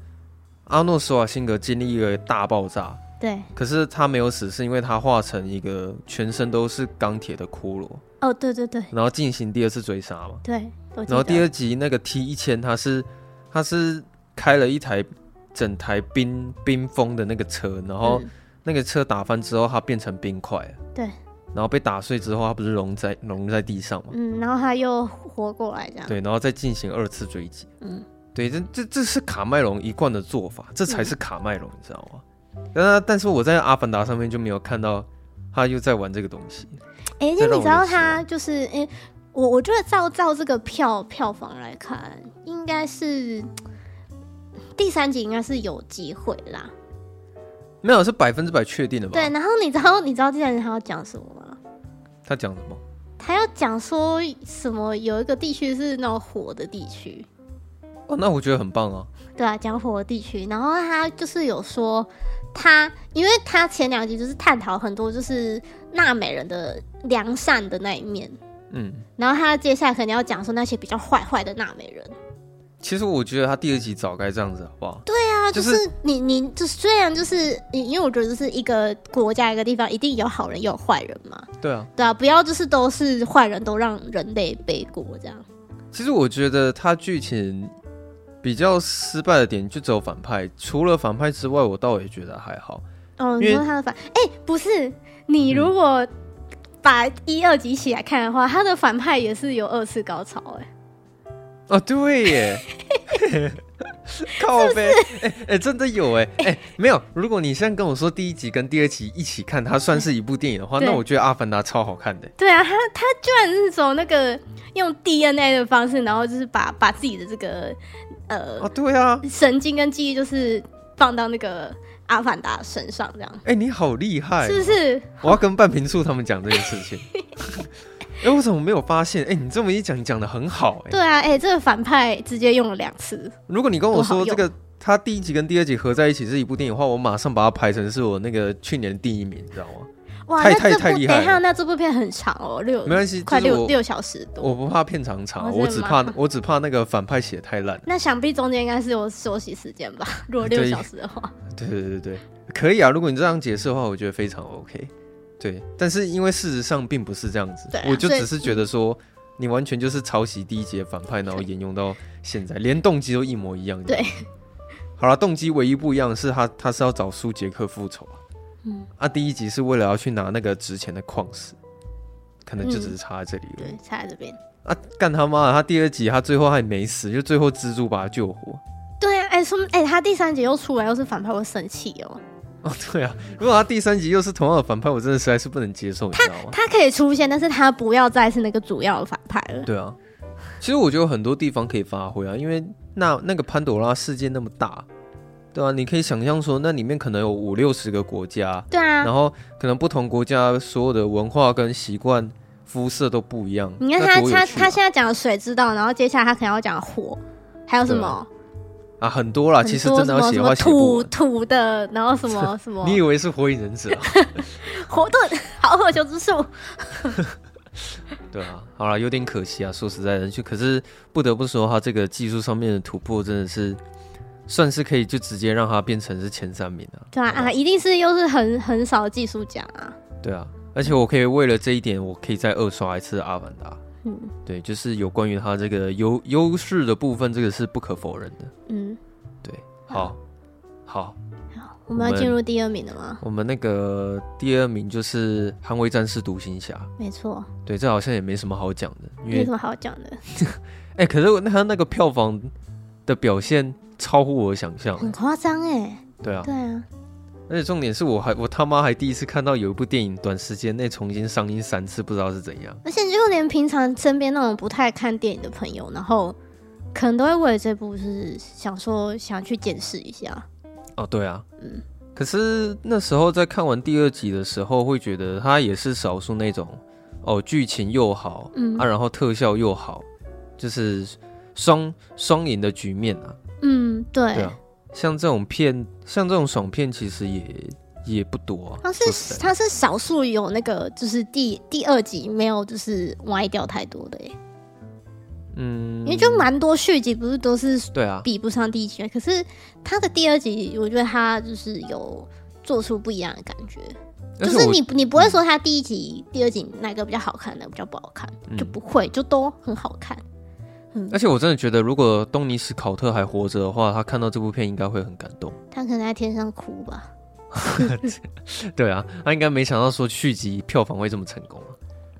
A: 阿诺·施瓦辛格经历一个大爆炸，
B: 对，
A: 可是他没有死，是因为他化成一个全身都是钢铁的骷髅，
B: 哦，对对对
A: 然后进行第二次追杀嘛。
B: 对，我记
A: 然后第
B: 得
A: 二集那个 T 一千，他是他是开了一台整台冰冰封的那个车，然后
B: 嗯
A: 那个车打翻之后，它变成冰块了。
B: 对。
A: 然后被打碎之后，它不是融在融在地上嘛？
B: 嗯，然后他又活过来这样，
A: 对，然后再进行二次追击。
B: 嗯，
A: 对，这这这是卡麦隆一贯的做法，这才是
B: 嗯
A: 卡麦隆，你知道吗？但但是我在《阿凡达》上面就没有看到他又在玩这个东西。
B: 哎，
A: 这
B: 那
A: 让
B: 你
A: 我
B: 知道
A: 联啊想
B: 他就是哎，我我觉得照照这个票票房来看，应该是第三集应该是有机会啦。
A: 没有是百分之百确定的吧？
B: 对，，然后你知道你知道第三集他要讲什么吗？
A: 他讲什么？
B: 他要讲说什么？有一个地区是那种火的地区，
A: 哦，那我觉得很棒啊。
B: 对啊，讲火的地区。然后他就是有说他，因为他前两集就是探讨很多就是纳美人的良善的那一面，
A: 嗯，
B: 然后他接下来肯定要讲说那些比较坏坏的纳美人。
A: 其实我觉得他第二集早该这样子，好不好？对，
B: 啊，
A: 就
B: 就是是你你就是虽然就是因因为我觉得就是一个国家一个地方一定有好人也有坏人嘛，
A: 啊。
B: 对啊，不要就是都是坏人都让人类背锅这样。
A: 其实我觉得他剧情比较失败的点就只有反派，除了反派之外，我倒也觉得还好。
B: 哦，你
A: 因为
B: 说他的反哎、不是你如果把一二集一起来看的话，他的反派也是有二次高潮哎、
A: 啊，对 耶，靠呗，哎、哎真的有哎哎、没有。如果你现在跟我说第一集跟第二集一起看，它算是一部电影的话，
B: 对
A: 那我觉得《阿凡达》超好看的。
B: 对啊，他他居然是从那个用 DNA 的方式，然后就是把把自己的这个呃、
A: 啊，对啊，
B: 神经跟记忆，就是放到那个阿凡达身上这样。
A: 哎、你好厉害，
B: 是不是？
A: 我要跟半瓶醋他们讲这件事情。哎、我怎么没有发现？哎、你这么一讲，你讲的很好哎、
B: 对啊，哎、这个反派直接用了两次，
A: 如果你跟我
B: 多好
A: 说这
B: 用
A: 个，它第一集跟第二集合在一起是一部电影的话，我马上把它排成是我那个去年的第一名，你知道吗？
B: 哇！
A: 太
B: 那
A: 太
B: 这
A: 太
B: 部
A: 厉害
B: 等一下，
A: 了
B: 那这部片很长哦，六
A: 没关系
B: 快
A: 就是
B: 六
A: 我
B: 六小时多。
A: 我不怕片长长，
B: 哦
A: 我
B: 真的
A: 只
B: 吗
A: 怕我只怕那个反派写得太烂。
B: 那想必中间应该是有休息时间吧？如果六
A: 对
B: 小时的话，
A: 对对对对，可以啊。如果你这样解释的话，我觉得非常 OK。对，但是因为事实上并不是这样子，
B: 对啊
A: 我就
B: 所以
A: 只是觉得说，你完全就是抄袭第一集的反派，然后沿用到 现在，连动机都一模一样。
B: 对，
A: 好了，动机唯一不一样的是他他是要找苏杰克复仇啊。
B: 嗯，
A: 啊，第一集是为了要去拿那个值钱的矿石，可能就
B: 嗯
A: 只是差在这里而已。
B: 对，插在这边。
A: 啊，干他妈的！他第二集他最后还没死，就最后蜘蛛把他救活。
B: 对啊，哎、说明哎、他第三集又出来，又是反派，我生气哦。
A: 哦，对啊，如果他第三集又是同样的反派，我真的实在是不能接受，你知道吗？
B: 他可以出现，但是他不要再是那个主要的反派了。
A: 对啊，其实我觉得有很多地方可以发挥啊，因为那那个潘朵拉世界那么大，对啊，你可以想象说，那里面可能有五六十个国家，
B: 对啊
A: 然，后可能不同国家所有的文化跟习惯、肤色都不一样。
B: 你看
A: 那
B: 他
A: 多有
B: 他
A: 趣
B: 他
A: 啊
B: 现在讲的水之道，然后接下来他可能要讲火，还有什
A: 对
B: 么？
A: 啊，很多啦，
B: 很
A: 其实
B: 多
A: 真的要
B: 什么
A: 写
B: 什
A: 的
B: 么
A: 话写不
B: 土
A: 完。
B: 土的，然后什 么什么
A: 你以为是火影忍者、啊？
B: 火遁、好火球之术，
A: 对啊，好啦，有点可惜啊，说实在的，就可是不得不说，他这个技术上面的突破真的是算是可以就直接让他变成是前三名啊。
B: 对啊啊，一定是又是很很少的技术奖啊。
A: 对啊，而且我可以为了这一点，我可以再二刷一次《阿凡达》。
B: 嗯
A: 对，就是有关于他这个优优势的部分，这个是不可否认的。
B: 嗯，
A: 对，好，好，
B: 好，我们
A: 我
B: 要
A: 们
B: 进入第二名了吗？
A: 我们那个第二名就是《捍卫战士：独行侠
B: 没错，》。
A: 对，这好像也没什么好讲的，因
B: 没
A: 为
B: 什么好讲的，
A: 哎、可是我那他那个票房的表现超乎我的想象、
B: 很夸张哎。
A: 对啊，
B: 对啊，
A: 而且重点是我还我他妈还第一次看到有一部电影短时间内重新上映三次，不知道是怎样。
B: 而且就连平常身边那种不太看电影的朋友，然后可能都会为了这部是想说想去检视一下。
A: 哦，对啊，
B: 嗯
A: 可是那时候在看完第二集的时候，会觉得它也是少数那种哦，剧情又好，
B: 嗯
A: 啊，然后特效又好，就是双双赢的局面啊。
B: 嗯，
A: 对
B: 对。
A: 啊，像这种片，像这种爽片，其实也也不多啊。
B: 他
A: 说实
B: 是
A: 在
B: 他是少数有那个，就是第第二集没有就是歪掉太多的耶、
A: 嗯，
B: 因为就蛮多续集不是都是
A: 对啊，
B: 比不上第一集，可是他的第二集，我觉得他就是有做出不一样的感觉，
A: 而
B: 就
A: 且
B: 是
A: 我嗯
B: 你你不会说他第一集、第二集哪个比较好看，哪个比较不好看，
A: 嗯
B: 就不会，就都很好看。嗯
A: 而，且我真的觉得，如果东尼史考特还活着的话，他看到这部片应该会很感动。
B: 他可能在天上哭吧。
A: 对啊，他应该没想到说续集票房会这么成功啊。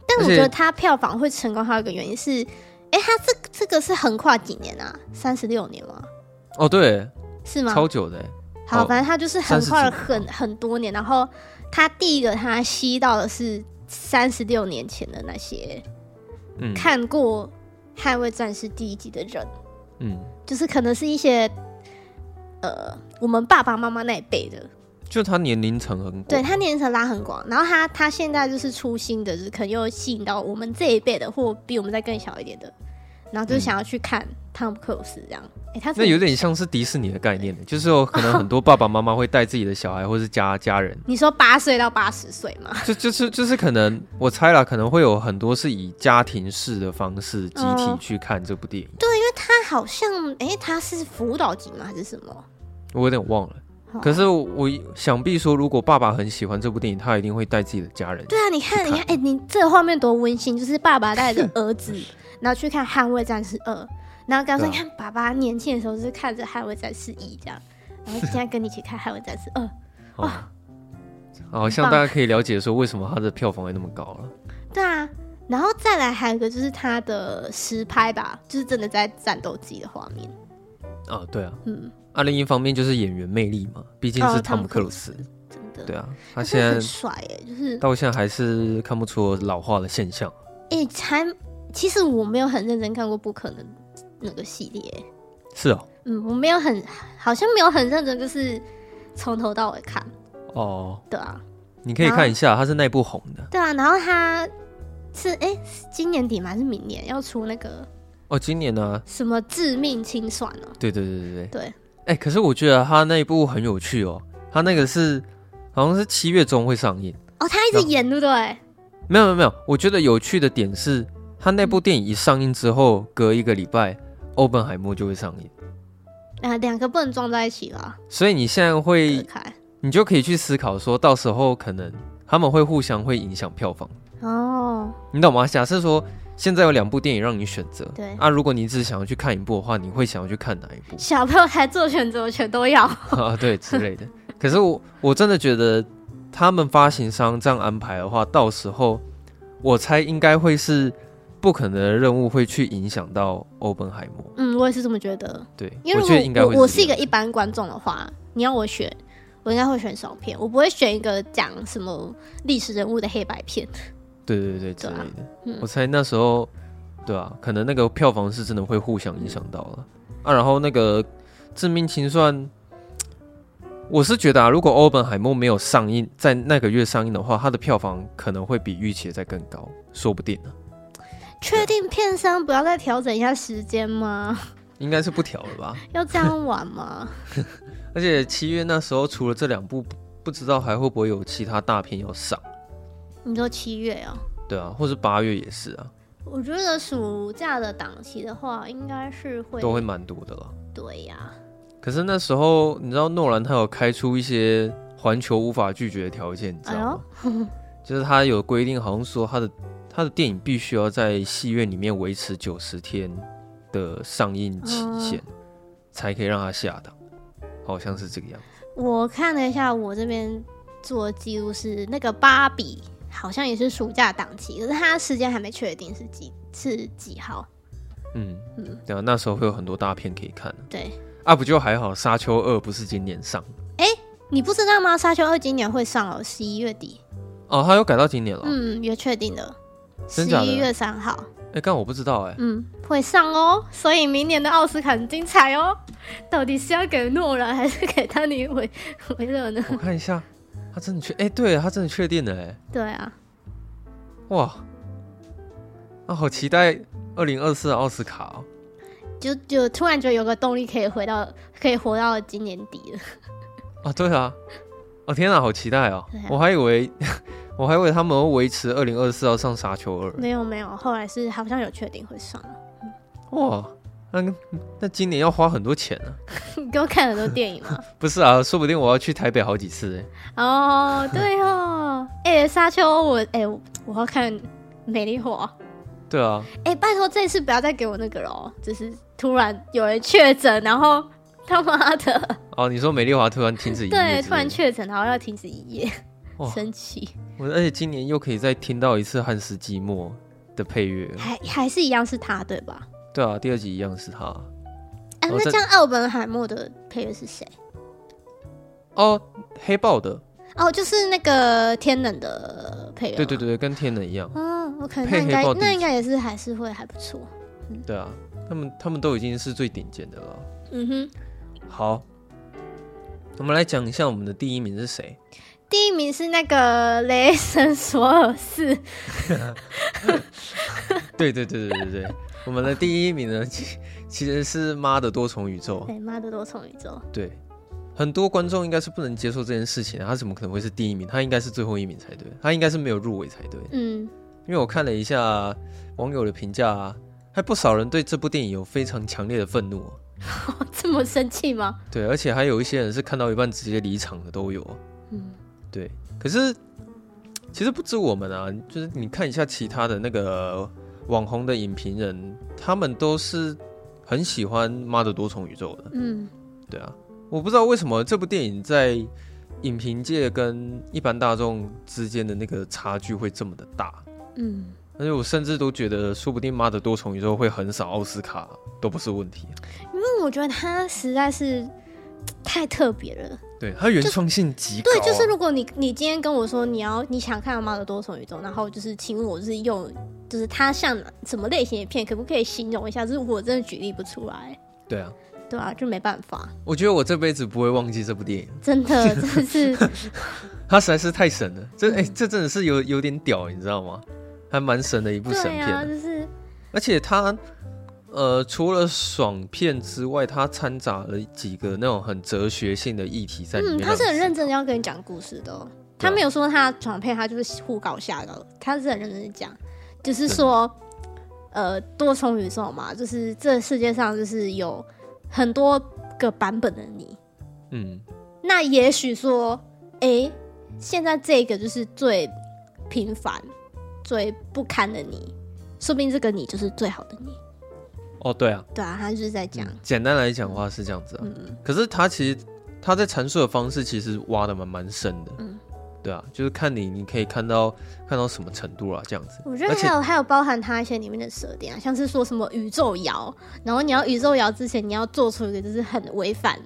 B: 但
A: 而
B: 我
A: 且
B: 觉得他票房会成功，还有一个原因是，哎、他这这个是横跨几年啊？三十六年吗？
A: 哦，对，
B: 是吗？
A: 超久的欸，
B: 好，
A: 哦
B: 反正他就是横
A: 30
B: 跨了
A: 几年
B: 很很多年，然后他第一个他吸到的是三十六年前的那些
A: 嗯
B: 看过《捍卫战士》第一集的人，
A: 嗯，
B: 就是可能是一些呃我们爸爸妈妈那一辈的，
A: 就他年龄层很广，
B: 对他年龄层拉很广，然后他他现在就是出新的，就是可能又吸引到我们这一辈的，或比我们再更小一点的，然后就想要去看汤姆克鲁斯这样。哎、他
A: 那
B: 真的
A: 有点像是迪士尼的概念的，就是有可能很多爸爸妈妈会带自己的小孩或是家 家人，
B: 你说八岁到八十岁嘛？
A: 就就是就是可能我猜啦，可能会有很多是以家庭式的方式集体
B: 哦
A: 去看这部电影，
B: 他好像哎、他是辅导级吗还是什么？
A: 我有点忘了。
B: 哦
A: 可是我我想必说，如果爸爸很喜欢这部电影，他一定会带自己的家人。
B: 对啊，你看，你看，哎、你这个画面多温馨，就是爸爸 带着儿子，然后去看《捍卫战士二》，然后刚说，
A: 对啊
B: 你看爸爸年轻的时候就是看着《捍卫战士一》这样，然后现在跟你一起看《捍卫战士二》，
A: 哦，好哦像
B: 棒
A: 大家可以了解说为什么他的票房会那么高了。
B: 对啊，然后再来还有一个就是他的实拍吧，就是真的在战斗机的画面，
A: 啊，对啊，
B: 嗯，
A: 啊，另一方面就是演员魅力嘛，毕竟是
B: 哦汤
A: 汤姆
B: 姆
A: 克
B: 克
A: 鲁
B: 鲁
A: 斯，
B: 真的，
A: 对啊，他
B: 他
A: 现
B: 真的
A: 在
B: 很帅哎、就是
A: 到现在还是看不出老化的现象。
B: 哎、才其实我没有很认真看过《不可能》那个系列、
A: 是哦，
B: 嗯，我没有很好像没有很认真，就是从头到尾看，
A: 哦，
B: 对啊。
A: 你可以看一下，他是那部红的
B: 对啊，然后他是哎、是今年底吗？还是明年要出那个
A: 哦，今年呢、
B: 什么致命清算呢、
A: 对对对对对，
B: 对，
A: 哎、可是我觉得他那一部很有趣哦，他那个是好像是七月中会上映，
B: 哦，他一直演，对不对？
A: 没有没有没有，我觉得有趣的点是，他那部电影一上映之后，隔一个礼拜，欧本海默就会上映，
B: 啊，两个不能撞在一起了，
A: 所以你现在
B: 隔
A: 会，
B: 开。
A: 你就可以去思考说，到时候可能他们会互相会影响票房，
B: 哦，
A: 你懂吗？假设说现在有两部电影让你选择，
B: 对
A: 啊，如果你只想要去看一部的话，你会想要去看哪一部？
B: 小朋友才做选择，全都要。
A: 啊，对之类的。可是我我真的觉得，他们发行商这样安排的话，到时候我猜应该会是不可能的任务会去影响到欧本海默。
B: 嗯，我也是这么觉得。
A: 对，
B: 因为
A: 我觉得应
B: 如
A: 该
B: 果
A: 会
B: 我我是一
A: 这
B: 个
A: 样
B: 一般观众的话，你要我选，我应该会选爽片，我不会选一个讲什么历史人物的黑白片。
A: 对对对之
B: 对
A: 类
B: 啊
A: 的。
B: 嗯
A: 我猜那时候，对啊，可能那个票房是真的会互相影响到了啊。然后那个《致命清算》。我是觉得啊，如果欧本海默没有上映，在那个月上映的话，它的票房可能会比预期的再更高，说不定啊呢、
B: 确定片商不要再调整一下时间吗？
A: 应该是不调了吧？
B: 要这样玩 吗？
A: 而且七月那时候除了这两部，不不知道还会不会有其他大片要上，
B: 你说七月哦、
A: 对啊，或是八月也是啊，
B: 我觉得暑假的档期的话，应该是会
A: 都会蛮多的了。
B: 对呀、
A: 可是那时候你知道诺兰他有开出一些环球无法拒绝的条件，你知道吗？
B: 哎
A: 就是他有规定，好像说他的他的电影必须要在戏院里面维持九十天的上映期限，
B: 嗯
A: 才可以让他下档，好像是这个样子。
B: 我看了一下，我这边做的记录是那个芭比好像也是暑假档期，可是它时间还没确定是几是几号。
A: 嗯
B: 嗯，
A: 对啊，那时候会有很多大片可以看啊
B: 对，
A: 啊，不就还好，《沙丘二》不是今年上。
B: 你不知道吗？《沙丘二》今年会上哦，十一月底，
A: 哦，他有改到今年了哦。
B: 嗯，也确定的，十
A: 真假的
B: 一月三号，
A: 哎，刚、我不知道哎、
B: 嗯，会上哦。所以明年的奥斯卡很精彩哦。到底是要给诺兰还是给丹尼维 维勒呢？
A: 我看一下，他真的确哎、对他真的确定了哎、
B: 对啊，
A: 哇，啊，好期待二零二四奥斯卡、哦。
B: 就就突然觉得有个动力可以回到，可以活到今年底了。
A: 啊，对啊，哦天啊，好期待哦！
B: 对啊
A: 我还以为 我还以为他们会维持二零二四要上沙丘二。
B: 没有没有，后来是好像有确定会上。
A: 哇，那那今年要花很多钱呢、
B: 你 给我看很多电影吗？
A: 不是啊，说不定我要去台北好几次哎、
B: 哦，对哦，哎、沙丘我哎、我我要看美丽华。
A: 对啊，
B: 哎、拜托这次不要再给我那个喽，就是突然有人确诊，然后他妈的，
A: 哦，你说美丽华突然停止营业之类
B: 对，
A: 的，
B: 突然确诊，然后要停止营业
A: 哇，
B: 生气。
A: 我而且今年又可以再听到一次汉斯季默的配乐了。
B: 还还是一样是他对吧？
A: 对啊，第二集一样是他。
B: 哎、
A: 哦
B: 那
A: 这
B: 这样奥本海默的配乐是谁？
A: 哦，黑豹的，
B: 哦，就是那个天冷的配乐。
A: 对对。对，跟天人一样。
B: 嗯，OK，那
A: 配
B: 应
A: 黑
B: 该
A: 豹地
B: 那
A: 址
B: 应该也是还是会还不错。
A: 对啊，他们他们都已经是最顶尖的了。
B: 嗯哼，
A: 好，我们来讲一下我们的第一名是谁。
B: 第一名是那个 雷神索尔四，
A: 对对对对对对，我们的第一名呢，其其实是《妈的多重宇宙》。
B: 对，哎妈的多重宇宙，
A: 对，很多观众应该是不能接受这件事情的，他怎么可能会是第一名？他应该是最后一名才对，他应该是没有入围才对。
B: 嗯，
A: 因为我看了一下网友的评价、啊，还不少人对这部电影有非常强烈的愤怒哦、
B: 这么生气吗？
A: 对，而且还有一些人是看到一半直接离场的都有。啊
B: 嗯，
A: 对，可是其实不止我们啊，就是你看一下其他的那个网红的影评人，他们都是很喜欢《妈的多重宇宙》的。
B: 嗯，
A: 对啊，我不知道为什么这部电影在影评界跟一般大众之间的那个差距会这么的大，
B: 嗯，
A: 而且我甚至都觉得，说不定《妈的多重宇宙》会横扫奥斯卡都不是问题。啊
B: 因为我觉得它实在是太特别了。
A: 对，它原创性极高、啊
B: 对，就是如果你你今天跟我说你要你想看《妈的多重宇宙》，然后就是请问我是用就是它像哪什么类型的片，可不可以形容一下？就是我真的举例不出来，
A: 对啊，
B: 对啊，就没办法，
A: 我觉得我这辈子不会忘记这部电影，
B: 真的真的是
A: 它实在是太神了。这哎、这真的是有有点屌，你知道吗？还蛮神的一部神
B: 对
A: 片、
B: 啊，就是
A: 而且它，呃，除了爽片之外，它掺杂了几个那种很哲学性的议题在里
B: 嗯，
A: 面。
B: 他是很认真的要跟你讲故事的哦、他没有说他爽片，他就是胡搞瞎搞，他是很认真的讲，就是说，呃，多重宇宙嘛，就是这世界上就是有很多个版本的你，
A: 嗯，
B: 那也许说，诶，现在这个就是最平凡、最不堪的你，说不定这个你就是最好的你，
A: 哦，对啊，
B: 对啊，他就是在讲，
A: 简单来讲的话是这样子啊。
B: 嗯
A: 可是它其实它在阐述的方式其实挖的蛮蛮深的。
B: 嗯
A: 对啊，就是看你你可以看到看到什么程度啦，这样子。
B: 我觉得
A: 而且
B: 还有还有包含它一些里面的设定啊，像是说什么宇宙摇，然后你要宇宙摇之前，你要做出一个就是很违反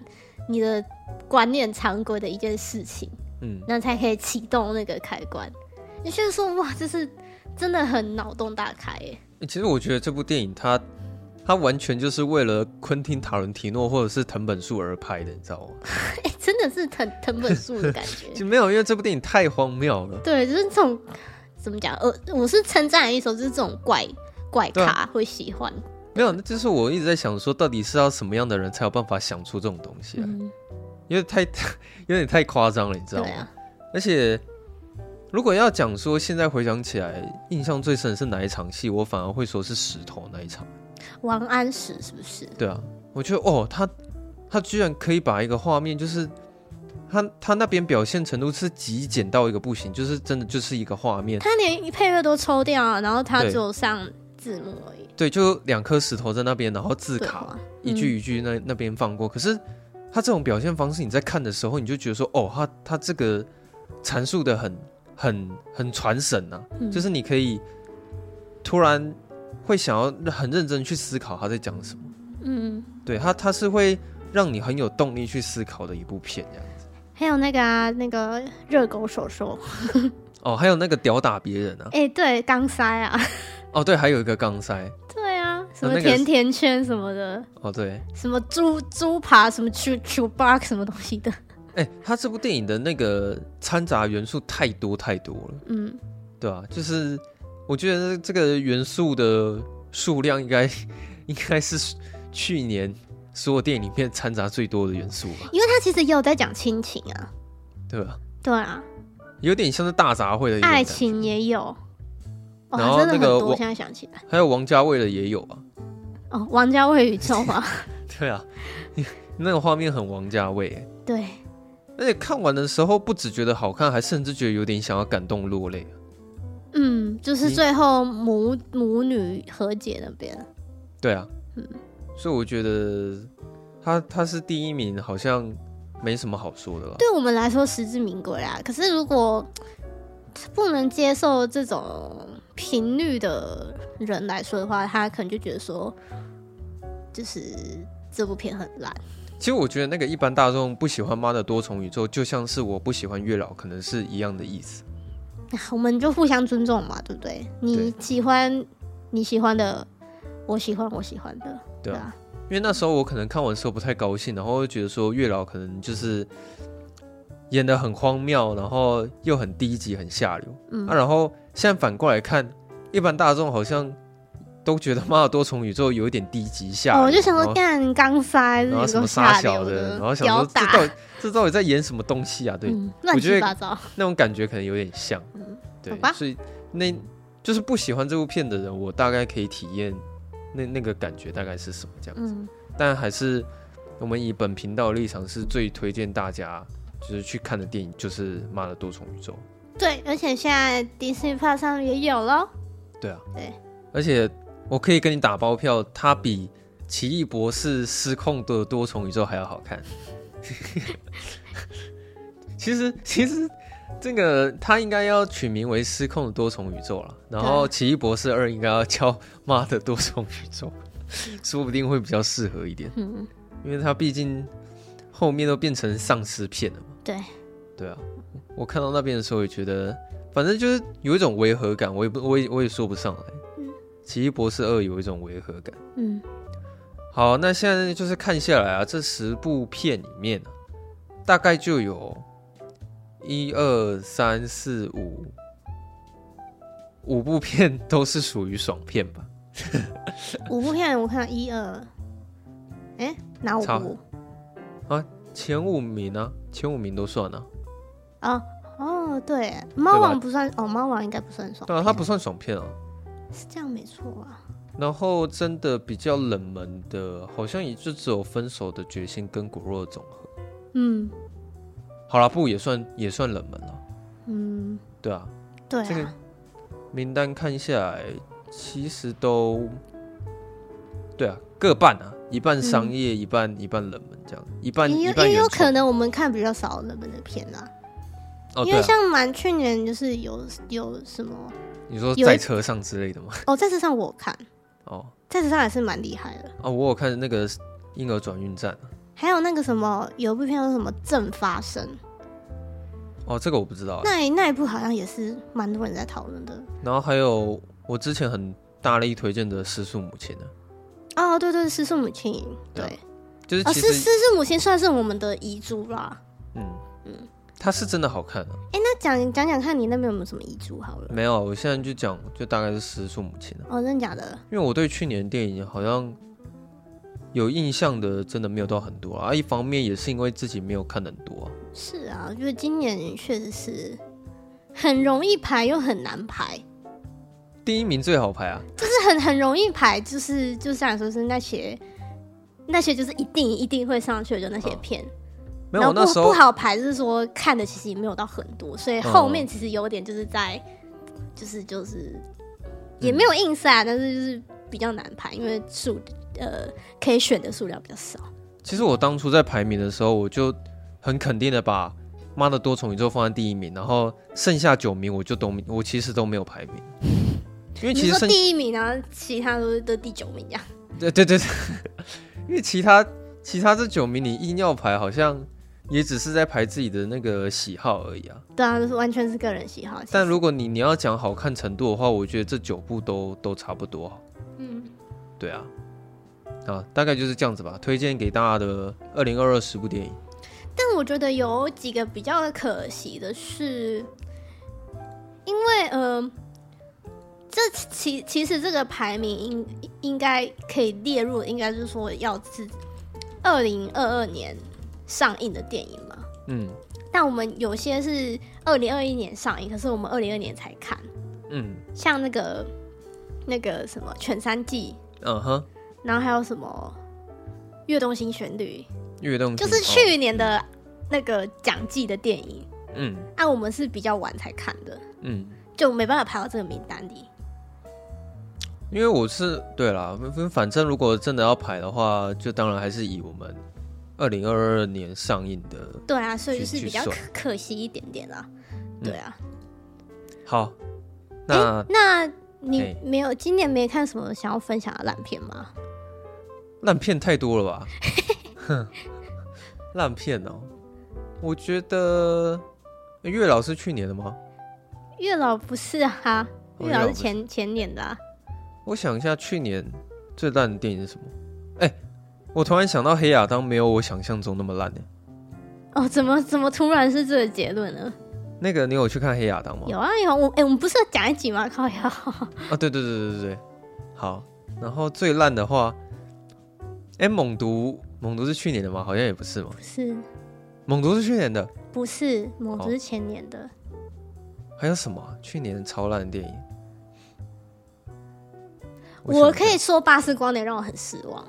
B: 你的观念常规的一件事情，
A: 嗯，
B: 那才可以启动那个开关。你觉得说哇，这是真的很脑洞大开耶！
A: 欸其实我觉得这部电影它它完全就是为了昆汀塔伦提诺或者是藤本树而拍的，你知道吗？
B: 哎、真的是藤藤本树的感觉
A: 其。 实没有，因为这部电影太荒谬了。
B: 对，就是这种怎么讲？呃，我是称赞的一首，就是这种怪怪
A: 对
B: 咖
A: 啊
B: 会喜欢。
A: 没有，那就是我一直在想说，到底是要什么样的人才有办法想出这种东西啊？
B: 嗯，
A: 因为太 有点太夸张了，你知
B: 对
A: 道吗？
B: 啊，
A: 而且，如果要讲说现在回想起来，印象最深的是哪一场戏，我反而会说是石头那一场。
B: 王安石是不是？
A: 对啊，我觉得哦，他他居然可以把一个画面，就是他他那边表现程度是极简到一个不行，就是真的就是一个画面，
B: 他连配乐都抽掉啊，然后他
A: 对
B: 只有上字幕而已。
A: 对，就两颗石头在那边，然后字
B: 对啊
A: 卡
B: 话，
A: 一句一句那那边放过。可是他这种表现方式，你在看的时候，你就觉得说，哦，他他这个阐述的很很很传神呐、
B: 嗯
A: 就是你可以突然会想要很认真去思考他在讲什么。
B: 嗯，
A: 对他，他是会让你很有动力去思考的一部片这样子。
B: 还有那个啊，那个热狗手手，
A: 哦，还有那个屌打别人啊，
B: 哎、对，钢塞啊，
A: 哦对，还有一个钢塞，
B: 对啊，什
A: 哦那
B: 么
A: 个
B: 甜
A: 是
B: 甜圈什么的，
A: 哦对，
B: 什么猪猪扒，什么 chu chu bar 什么东西的，
A: 哎，他这部电影的那个掺杂元素太多太多了。
B: 嗯，
A: 对啊，就是我觉得这个元素的数量应该应该是去年所有电影里面掺杂最多的元素吧，
B: 因为他其实也有在讲亲情啊，
A: 对吧？
B: 对啊，
A: 有点像是大杂烩的一种感觉
B: 爱，情也有，哇，
A: 然后
B: 真的很
A: 那个
B: 多，
A: 我
B: 现在想起来，
A: 还有王家卫的也有啊，
B: 哦，王家卫宇宙 嘛，
A: 对啊，那个画面很王家卫欸，
B: 对，
A: 而且看完的时候不只觉得好看，还甚至觉得有点想要感动落泪。
B: 嗯，就是
A: 你
B: 最后母母女和解那边，
A: 对啊，
B: 嗯
A: 所以我觉得他他是第一名，好像没什么好说的了。
B: 对我们来说实至名归啦。可是如果不能接受这种频率的人来说的话，他可能就觉得说，就是这部片很烂。
A: 其实我觉得那个一般大众不喜欢《妈的多重宇宙》，就像是我不喜欢月老，可能是一样的意思。
B: 我们就互相尊重嘛，对不对？你喜欢你喜欢的，我喜欢我喜欢的，
A: 对啊
B: 啊，
A: 因为那时候我可能看完之后不太高兴，然后又觉得说月老可能就是演的很荒谬，然后又很低级、很下流。
B: 嗯
A: 啊，然后现在反过来看，一般大众好像都觉得《妈的多重宇宙》有一点低级下流，
B: 哦我就想
A: 然
B: 说
A: 后
B: 干刚塞，
A: 然后什
B: 这
A: 么
B: 个
A: 傻
B: 下
A: 小
B: 流
A: 的，然后
B: 的
A: 想
B: 屌
A: 说这到
B: 打，
A: 底这到底在演什么东西啊？对，
B: 嗯，
A: 我
B: 乱
A: 觉得
B: 七八糟。
A: 那种感觉可能有点像，对
B: 好，吧
A: 所以那就是不喜欢这部片的人，我大概可以体验那那个感觉大概是什么这样子。
B: 嗯，
A: 但还是我们以本频道的立场，是最推荐大家就是去看的电影就是《妈的多重宇宙》。
B: 对，而且现在 Disney Plus 上也有咯。
A: 对啊，
B: 对，
A: 而且我可以跟你打包票，它比《奇异博士失控的多重宇宙》还要好看。 其实，其实这个它应该要取名为《失控的多重宇宙》了，
B: 啊
A: 然后《奇异博士二》应该要叫《妈的多重宇 宙》，说不定会比较适合一点，
B: 嗯，
A: 因为它毕竟后面都变成丧尸片了嘛。
B: 对，
A: 对啊，我看到那边的时候也觉得，反正就是有一种违和感，我也不，我也我也说不上来。
B: 嗯
A: 奇异博士二有一种违和感。
B: 嗯，
A: 好，那现在就是看下来啊，这十部片里面、啊、大概就有一二三四五五部片都是属于爽片吧？
B: 五部片我看到一二，哎，哪五
A: 差
B: 部？
A: 前五名呢、前五名都算啊。
B: 哦哦，对，猫
A: 对吧
B: 王不算，哦，猫王应该不算爽
A: 对啊，它不算爽片啊。
B: 是这样没错啊。
A: 然后真的比较冷门的，好像也就只有《分手的决心》跟《骨肉的总和》。
B: 嗯
A: 好啦，不也算也算冷门了，
B: 嗯，
A: 对啊。
B: 对
A: 这个
B: 啊，
A: 名单看下来，其实都对啊，各半啊，一半商业，一半一半冷门，这样一半
B: 也
A: 一
B: 有
A: 半
B: 也有
A: 原创
B: 可能我们看比较少冷门的片啦，
A: 哦，
B: 因
A: 对
B: 为
A: 啊，
B: 像蛮去年就是有有什么
A: 你说
B: 有
A: 在
B: 一
A: 车上之类的吗？
B: 哦，在这上我有看，
A: 哦
B: 在这上还是蛮厉害的。
A: 啊，我有看那个婴儿转运站啊
B: 还有那个什么，有一部片叫什么《正发生》，
A: 哦，这个我不知道啊。
B: 那那一部好像也是蛮多人在讨论的。
A: 然后还有我之前很大力推荐的《失速母亲》啊呢，
B: 哦，对对，失速母亲，
A: 对
B: 对
A: 啊，就是
B: 哦，
A: 其
B: 失
A: 实
B: 失速母亲算是我们的遗珠啦。
A: 嗯它是真的好看啊。
B: 哎，那讲讲讲看你那边有没有什么遗珠好了？
A: 没有啊，我现在就讲，就大概是《失速母亲》啊。
B: 哦，真的假的？
A: 因为我对去年电影好像有印象的，真的没有到很多啊。一方面也是因为自己没有看很多啊、
B: 是啊，我觉得今年确实是很容易排又很难排，
A: 第一名最好排啊，
B: 就是很很容易排，就是就像你说是那些那些就是一定一定会上去的就那些
A: 嗯
B: 片，
A: 没
B: 然后
A: 有我那
B: 不
A: 时
B: 不
A: 候嗯
B: 好排，就是说看的其实也没有到很多，所以后面其实有点就是在，就是就是也没有硬塞啊，但是就是比较难排，因为数呃可以选的数量比较少。
A: 其实我当初在排名的时候，我就很肯定的把《妈的多重宇宙》放在第一名，然后剩下九名我就都没我其实都没有排名，因为
B: 你
A: 其实
B: 说
A: 剩
B: 第一名，然后其他都是都第九名这样。
A: 对对对，对 因为其他其他这九名你硬要排，好像也只是在排自己的那个喜好而已啊。
B: 对啊，就是完全是个人喜好。其实
A: 但如果你你要讲好看程度的话，我觉得这九部都都差不多，
B: 嗯，
A: 对啊，啊，大概就是这样子吧。推荐给大家的二零二二十部电影，
B: 但我觉得有几个比较可惜的是，因为呃，这其其实这个排名应应该可以列入，应该是说要是二零二二年上映的电影嘛。
A: 嗯
B: 但我们有些是二零二一年上映，可是我们二零二年才看，
A: 嗯
B: 像那个那个什么《犬山记
A: 嗯哼，》，
B: 然后还有什么《跃动新旋律》，
A: 跃动
B: 就
A: 情
B: 是去年的那个奖季的电影，
A: 哦嗯
B: 啊，我们是比较晚才看的，
A: 嗯，
B: 就没办法排到这个名单里。
A: 因为我是对啦，反反正如果真的要排的话，就当然还是以我们二零二二年上映的。
B: 对啊，所以就是
A: 去
B: 比较
A: 去
B: 可
A: 算嗯
B: 可惜一点点啦。对啊，
A: 好，那、
B: 那你
A: 哎
B: 没有今年没看什么想要分享的烂片吗？
A: 烂片太多了吧？哼，烂片哦，我觉得诶月老是去年的吗？
B: 月老不是啊，
A: 哦
B: 月老
A: 月老不
B: 是
A: 是
B: 前前年的、啊，
A: 我想一下，去年最烂的电影是什么？哎、我突然想到黑亚当没有我想象中那么烂呢、
B: 哦，怎么怎么突然是这个结论呢？
A: 那个你有去看黑亚当吗？
B: 有啊有，我哎、我们不是要讲一集吗？靠呀，
A: 啊，对对对对对对，好。然后最烂的话，哎，猛毒猛毒是去年的吗？好像也不是嘛。
B: 不是
A: 猛毒是去年的，
B: 不是，某
A: 哦
B: 只是前年的，
A: 还有什么啊、去年超烂的电影？
B: 我
A: 想
B: 可以说《巴斯光年》让我很失望，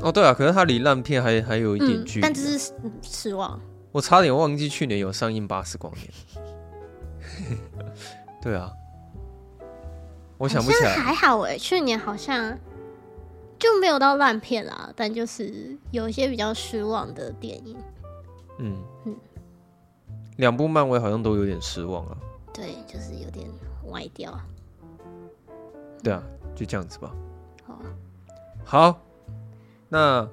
A: 哦，对啊，可是它离烂片还还有一点
B: 嗯
A: 距，离啊、
B: 但就是失嗯失望。
A: 我差点忘记去年有上映《巴斯光年》。 对啊，我
B: 我
A: 想不起来。
B: 还好哎、去年好像就没有到烂片啦，但就是有一些比较失望的电影。
A: 嗯
B: 嗯，
A: 两部漫威好像都有点失望啊。
B: 对，就是有点歪掉。
A: 对啊，就这样子吧。
B: 好，
A: 好，那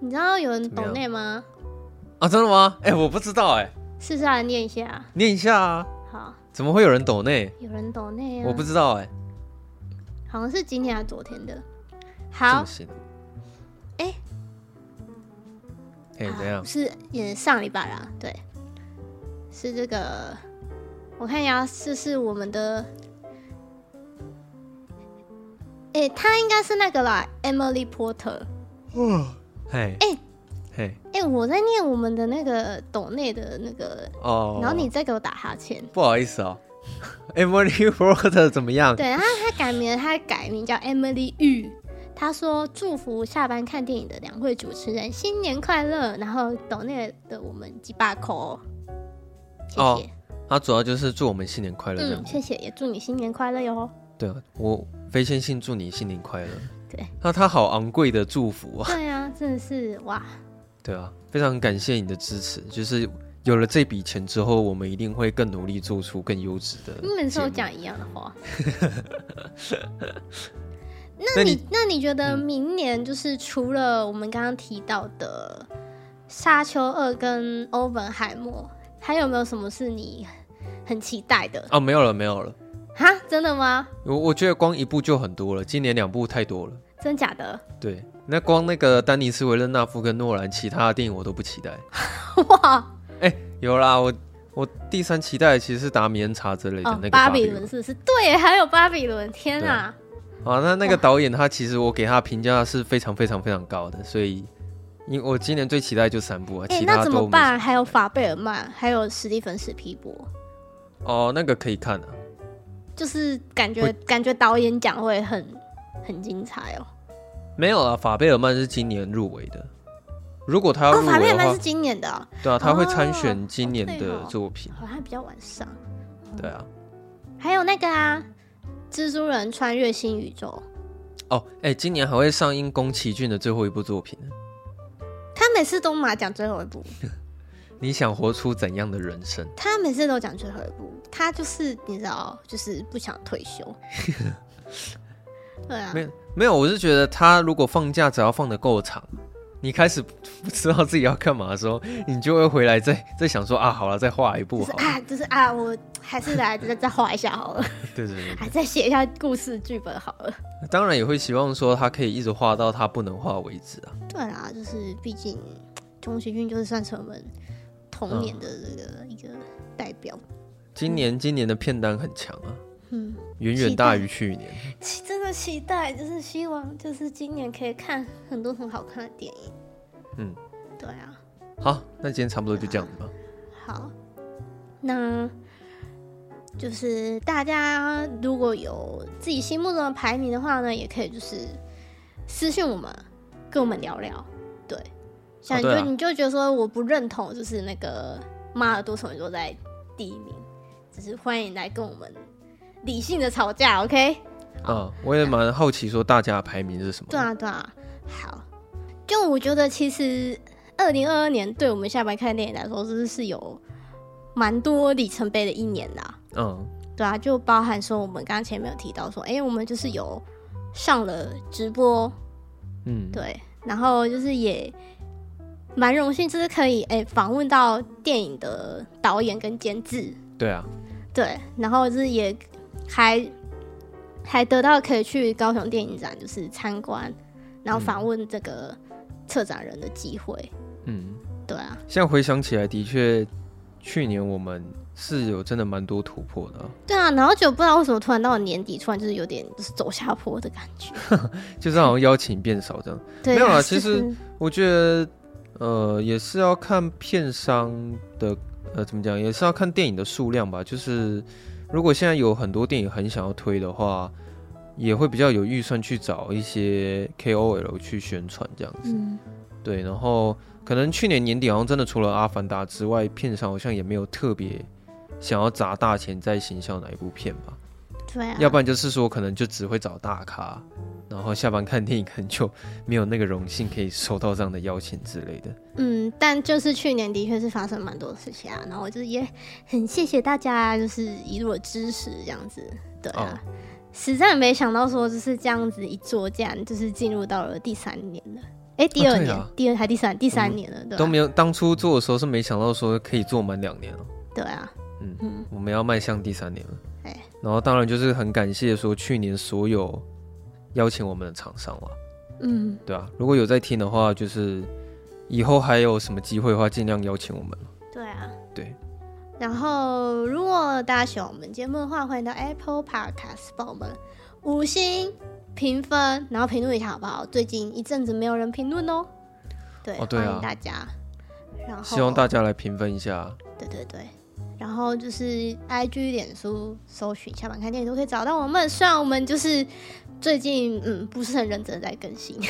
B: 你知道有人
A: 怎么
B: 懂
A: 样
B: 内吗？
A: 啊，真的吗？哎、我不知道哎、
B: 试下来念一下。
A: 念一下啊。
B: 好，
A: 怎么会有人抖内？
B: 有人懂内啊？
A: 我不知道哎、
B: 好像是今天还是昨天的。
A: 这
B: 好
A: 么，新啊。
B: 哎
A: 哎、
B: 啊
A: 怎样？
B: 是也上礼拜啦，对，是这个。我看一下，这是我们的。哎、他应该是那个啦，Emily Porter。
A: 嘿，
B: 哎
A: 嘿，
B: 哎、我在念我们的那个抖内的那个，
A: 哦，
B: 然后你再给我打哈欠。
A: 不好意思哦。Emily Porter 怎么样？
B: 对，然后他改名，他改名叫 Emily Yu。他说：“祝福下班看电影的两位主持人新年快乐。”然后抖内的我们几把口，哦谢
A: 哦
B: 谢，
A: 他主要就是祝我们新年快乐这样
B: 嗯，
A: 子。
B: 谢谢，也祝你新年快乐哟。
A: 对啊，我非线性祝你新年快乐。
B: 对，
A: 那他好昂贵的祝福啊。
B: 对啊，真的是哇，
A: 对啊，非常感谢你的支持。就是有了这笔钱之后，我们一定会更努力做出更优质的。
B: 你每次都，讲一样的 话。
A: 那
B: 那
A: 你
B: 你那你觉得明年就是除了我们刚刚提到的《沙丘二》跟《欧本海默》，还有没有什么是你很期待的？
A: 哦，没有了，没有了。
B: 哈，真的吗？
A: 我我觉得光一部就很多了，今年两部太多了。
B: 真假 的？
A: 对，那光那个丹尼斯·维勒纳夫跟诺兰，其他的电影我都不期待。
B: 哇
A: 有啦，我我第三期待的其实是达米恩·查之类的
B: 哦
A: 那，个
B: 巴
A: 比
B: 比伦是不是？对耶，还有巴比伦，天啊！
A: 啊，那那个导演他其实我给他评价是非常非常非常高的，所以因我今年最期待就三部啊，
B: 哎、
A: 其他
B: 那
A: 都
B: 怎
A: 没
B: 么办？还有法贝尔曼，还有史蒂芬史皮博，
A: 哦，那个可以看啊，
B: 就是感
A: 会
B: 觉感觉导演奖会很很精彩哦。
A: 没有啊，法贝尔曼是今年入围的，如果他要
B: 哦，
A: 入
B: 法贝
A: 围
B: 尔
A: 的话，
B: 曼是今年的哦、
A: 对啊，他会
B: 哦
A: 参选今年
B: 对
A: 的
B: 哦
A: 作品，
B: 好像比较晚上。
A: 对啊，
B: 还有那个啊，蜘蛛人穿越新宇宙，
A: 哦，哎、今年还会上映宫崎骏的最后一部作品，
B: 他每次都嘛讲最后一部，
A: 你想活出怎样的人生？
B: 他每次都讲最后一部，他就是你知道，就是不想退休。 对啊
A: 没，有没有，我是觉得他如果放假只要放得够长，你开始不知道自己要干嘛的时候，你就会回来再 再想说啊，好了，再画一部
B: 就是
A: 好了。
B: 啊，就是啊，我还是来再再画一下好了，
A: 对对对，
B: 还再写一下故事剧本好了。
A: 当然也会希望说他可以一直画到他不能画为止啊。
B: 对啦，就是毕竟宫崎骏就是算是我们童年的这个一个代表，
A: 今年今年的片单很强啊，
B: 嗯，
A: 远远大于去年。
B: 期真的期待，就是希望就是今年可以看很多很好看的电影。
A: 嗯，
B: 对啊，
A: 好，那今天差不多就这样
B: 嗯
A: 子吧。哦
B: 好，那就是大家如果有自己心目中的排名的话呢，也可以就是私信我们，跟我们聊聊。对，像
A: 哦
B: 你就、
A: 对啊
B: 你就觉得说我不认同，就是那个马尔多虫座在第一名，只是欢迎来跟我们理性的吵架，OK？
A: 啊，我也蛮好奇说大家的排名是什么。
B: 对啊，对啊，好。就我觉得其实二零二二年对我们下班看电影来说，真的是有蛮多里程碑的一年啦。
A: 嗯，
B: 对啊，就包含说我们刚刚前面有提到说，哎、我们就是有上了直播，
A: 嗯，
B: 对，然后就是也蛮荣幸，就是可以哎访、问到电影的导演跟监制，
A: 对啊，
B: 对，然后就是也还还得到可以去高雄电影展就是参观，然后访问这个策展人的机会。
A: 嗯，
B: 对啊，
A: 现在回想起来，的确，去年我们是有真的蛮多突破的啊、
B: 对啊，然后就不知道为什么突然到了年底，突然就是有点就是走下坡的感觉。
A: 就是好像邀请变少这样。
B: 对、啊，
A: 没有啦
B: 是
A: 其实我觉得，呃，也是要看片商的，呃，怎么讲，也是要看电影的数量吧。就是如果现在有很多电影很想要推的话，也会比较有预算去找一些 KOL 去宣传这样子。
B: 嗯，
A: 对，然后可能去年年底好像真的除了《阿凡达》之外，片商好像也没有特别想要砸大钱在行销哪一部片吧。
B: 对啊，
A: 要不然就是说可能就只会找大咖，然后下班看电影可能就没有那个荣幸可以收到这样的邀请之类的。
B: 嗯，但就是去年的确是发生蛮多的事情啊，然后我就是也很谢谢大家，就是一路的支持这样子，对啊，
A: 哦
B: 实在没想到说就是这样子一做，竟然就是进入到了第三年了，哎，第二
A: 对
B: 年，
A: 啊嗯
B: 第二还第三第三年了，对啊
A: 都
B: 吧、
A: 没有当初做的时候是没想到说可以做满两年哦、
B: 对啊，
A: 嗯
B: 嗯
A: 我们要迈向第三年了。
B: 哎
A: 然后当然就是很感谢说去年所有邀请我们的厂商了，
B: 嗯，
A: 对啊，如果有在听的话，就是以后还有什么机会的话，尽量邀请我们。
B: 对啊，
A: 对。
B: 然后，如果大家喜欢我们节目的话，欢迎到 Apple Podcast 帮我们五星评分，然后评论一下好不好？最近一阵子没有人评论哦。对，
A: 哦对啊
B: 欢迎大家。然后，
A: 希望大家来评分一下。
B: 对对对，然后就是 I G、脸书搜寻“下班看电影”都可以找到我们。虽然我们就是最近嗯不是很认真地在更 新，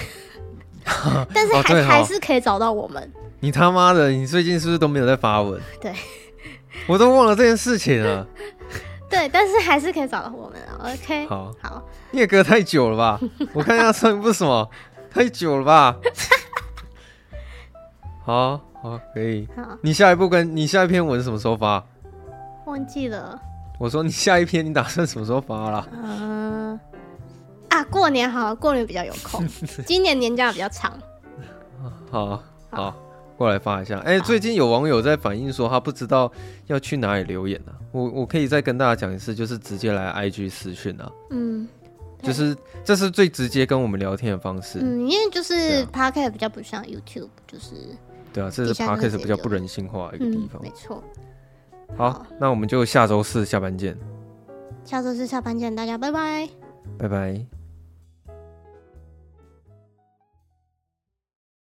B: 但是
A: 哦
B: 还、
A: 对哦
B: 还是可以找到我们。
A: 你他妈的，你最近是不是都没有在发文？
B: 对，
A: 我都忘了这件事情了。
B: 对，但是还是可以找到我们啊。OK，
A: 好，
B: 好，
A: 你也隔太久 了吧？我看一下上一部是什么，太久了吧？好好可以。
B: 好，
A: 你下一步跟你下一篇文什么时候发？
B: 忘记了。
A: 我说你下一篇你打算什么时候发啦？
B: 嗯，啊，过年好，过年比较有 空，今年年假比较长。
A: 好好，过来发一下。哎、最近有网友在反映说他不知道要去哪里留言呢、啊。我我可以再跟大家讲一次，就是直接来 IG 私讯啊，
B: 嗯对
A: 就是这是最直接跟我们聊天的方式。
B: 嗯，因为就
A: 对
B: 是
A: 啊
B: podcast 比较不像 YouTube，就是
A: 对啊，这
B: 底
A: 是
B: 下就是
A: podcast
B: 这
A: 比较
B: 个
A: 不人性化的一个地
B: 嗯，
A: 方
B: 没。错。
A: 好，那我们就下周四下班见，
B: 下周是下班见，大家拜拜。
A: 拜拜。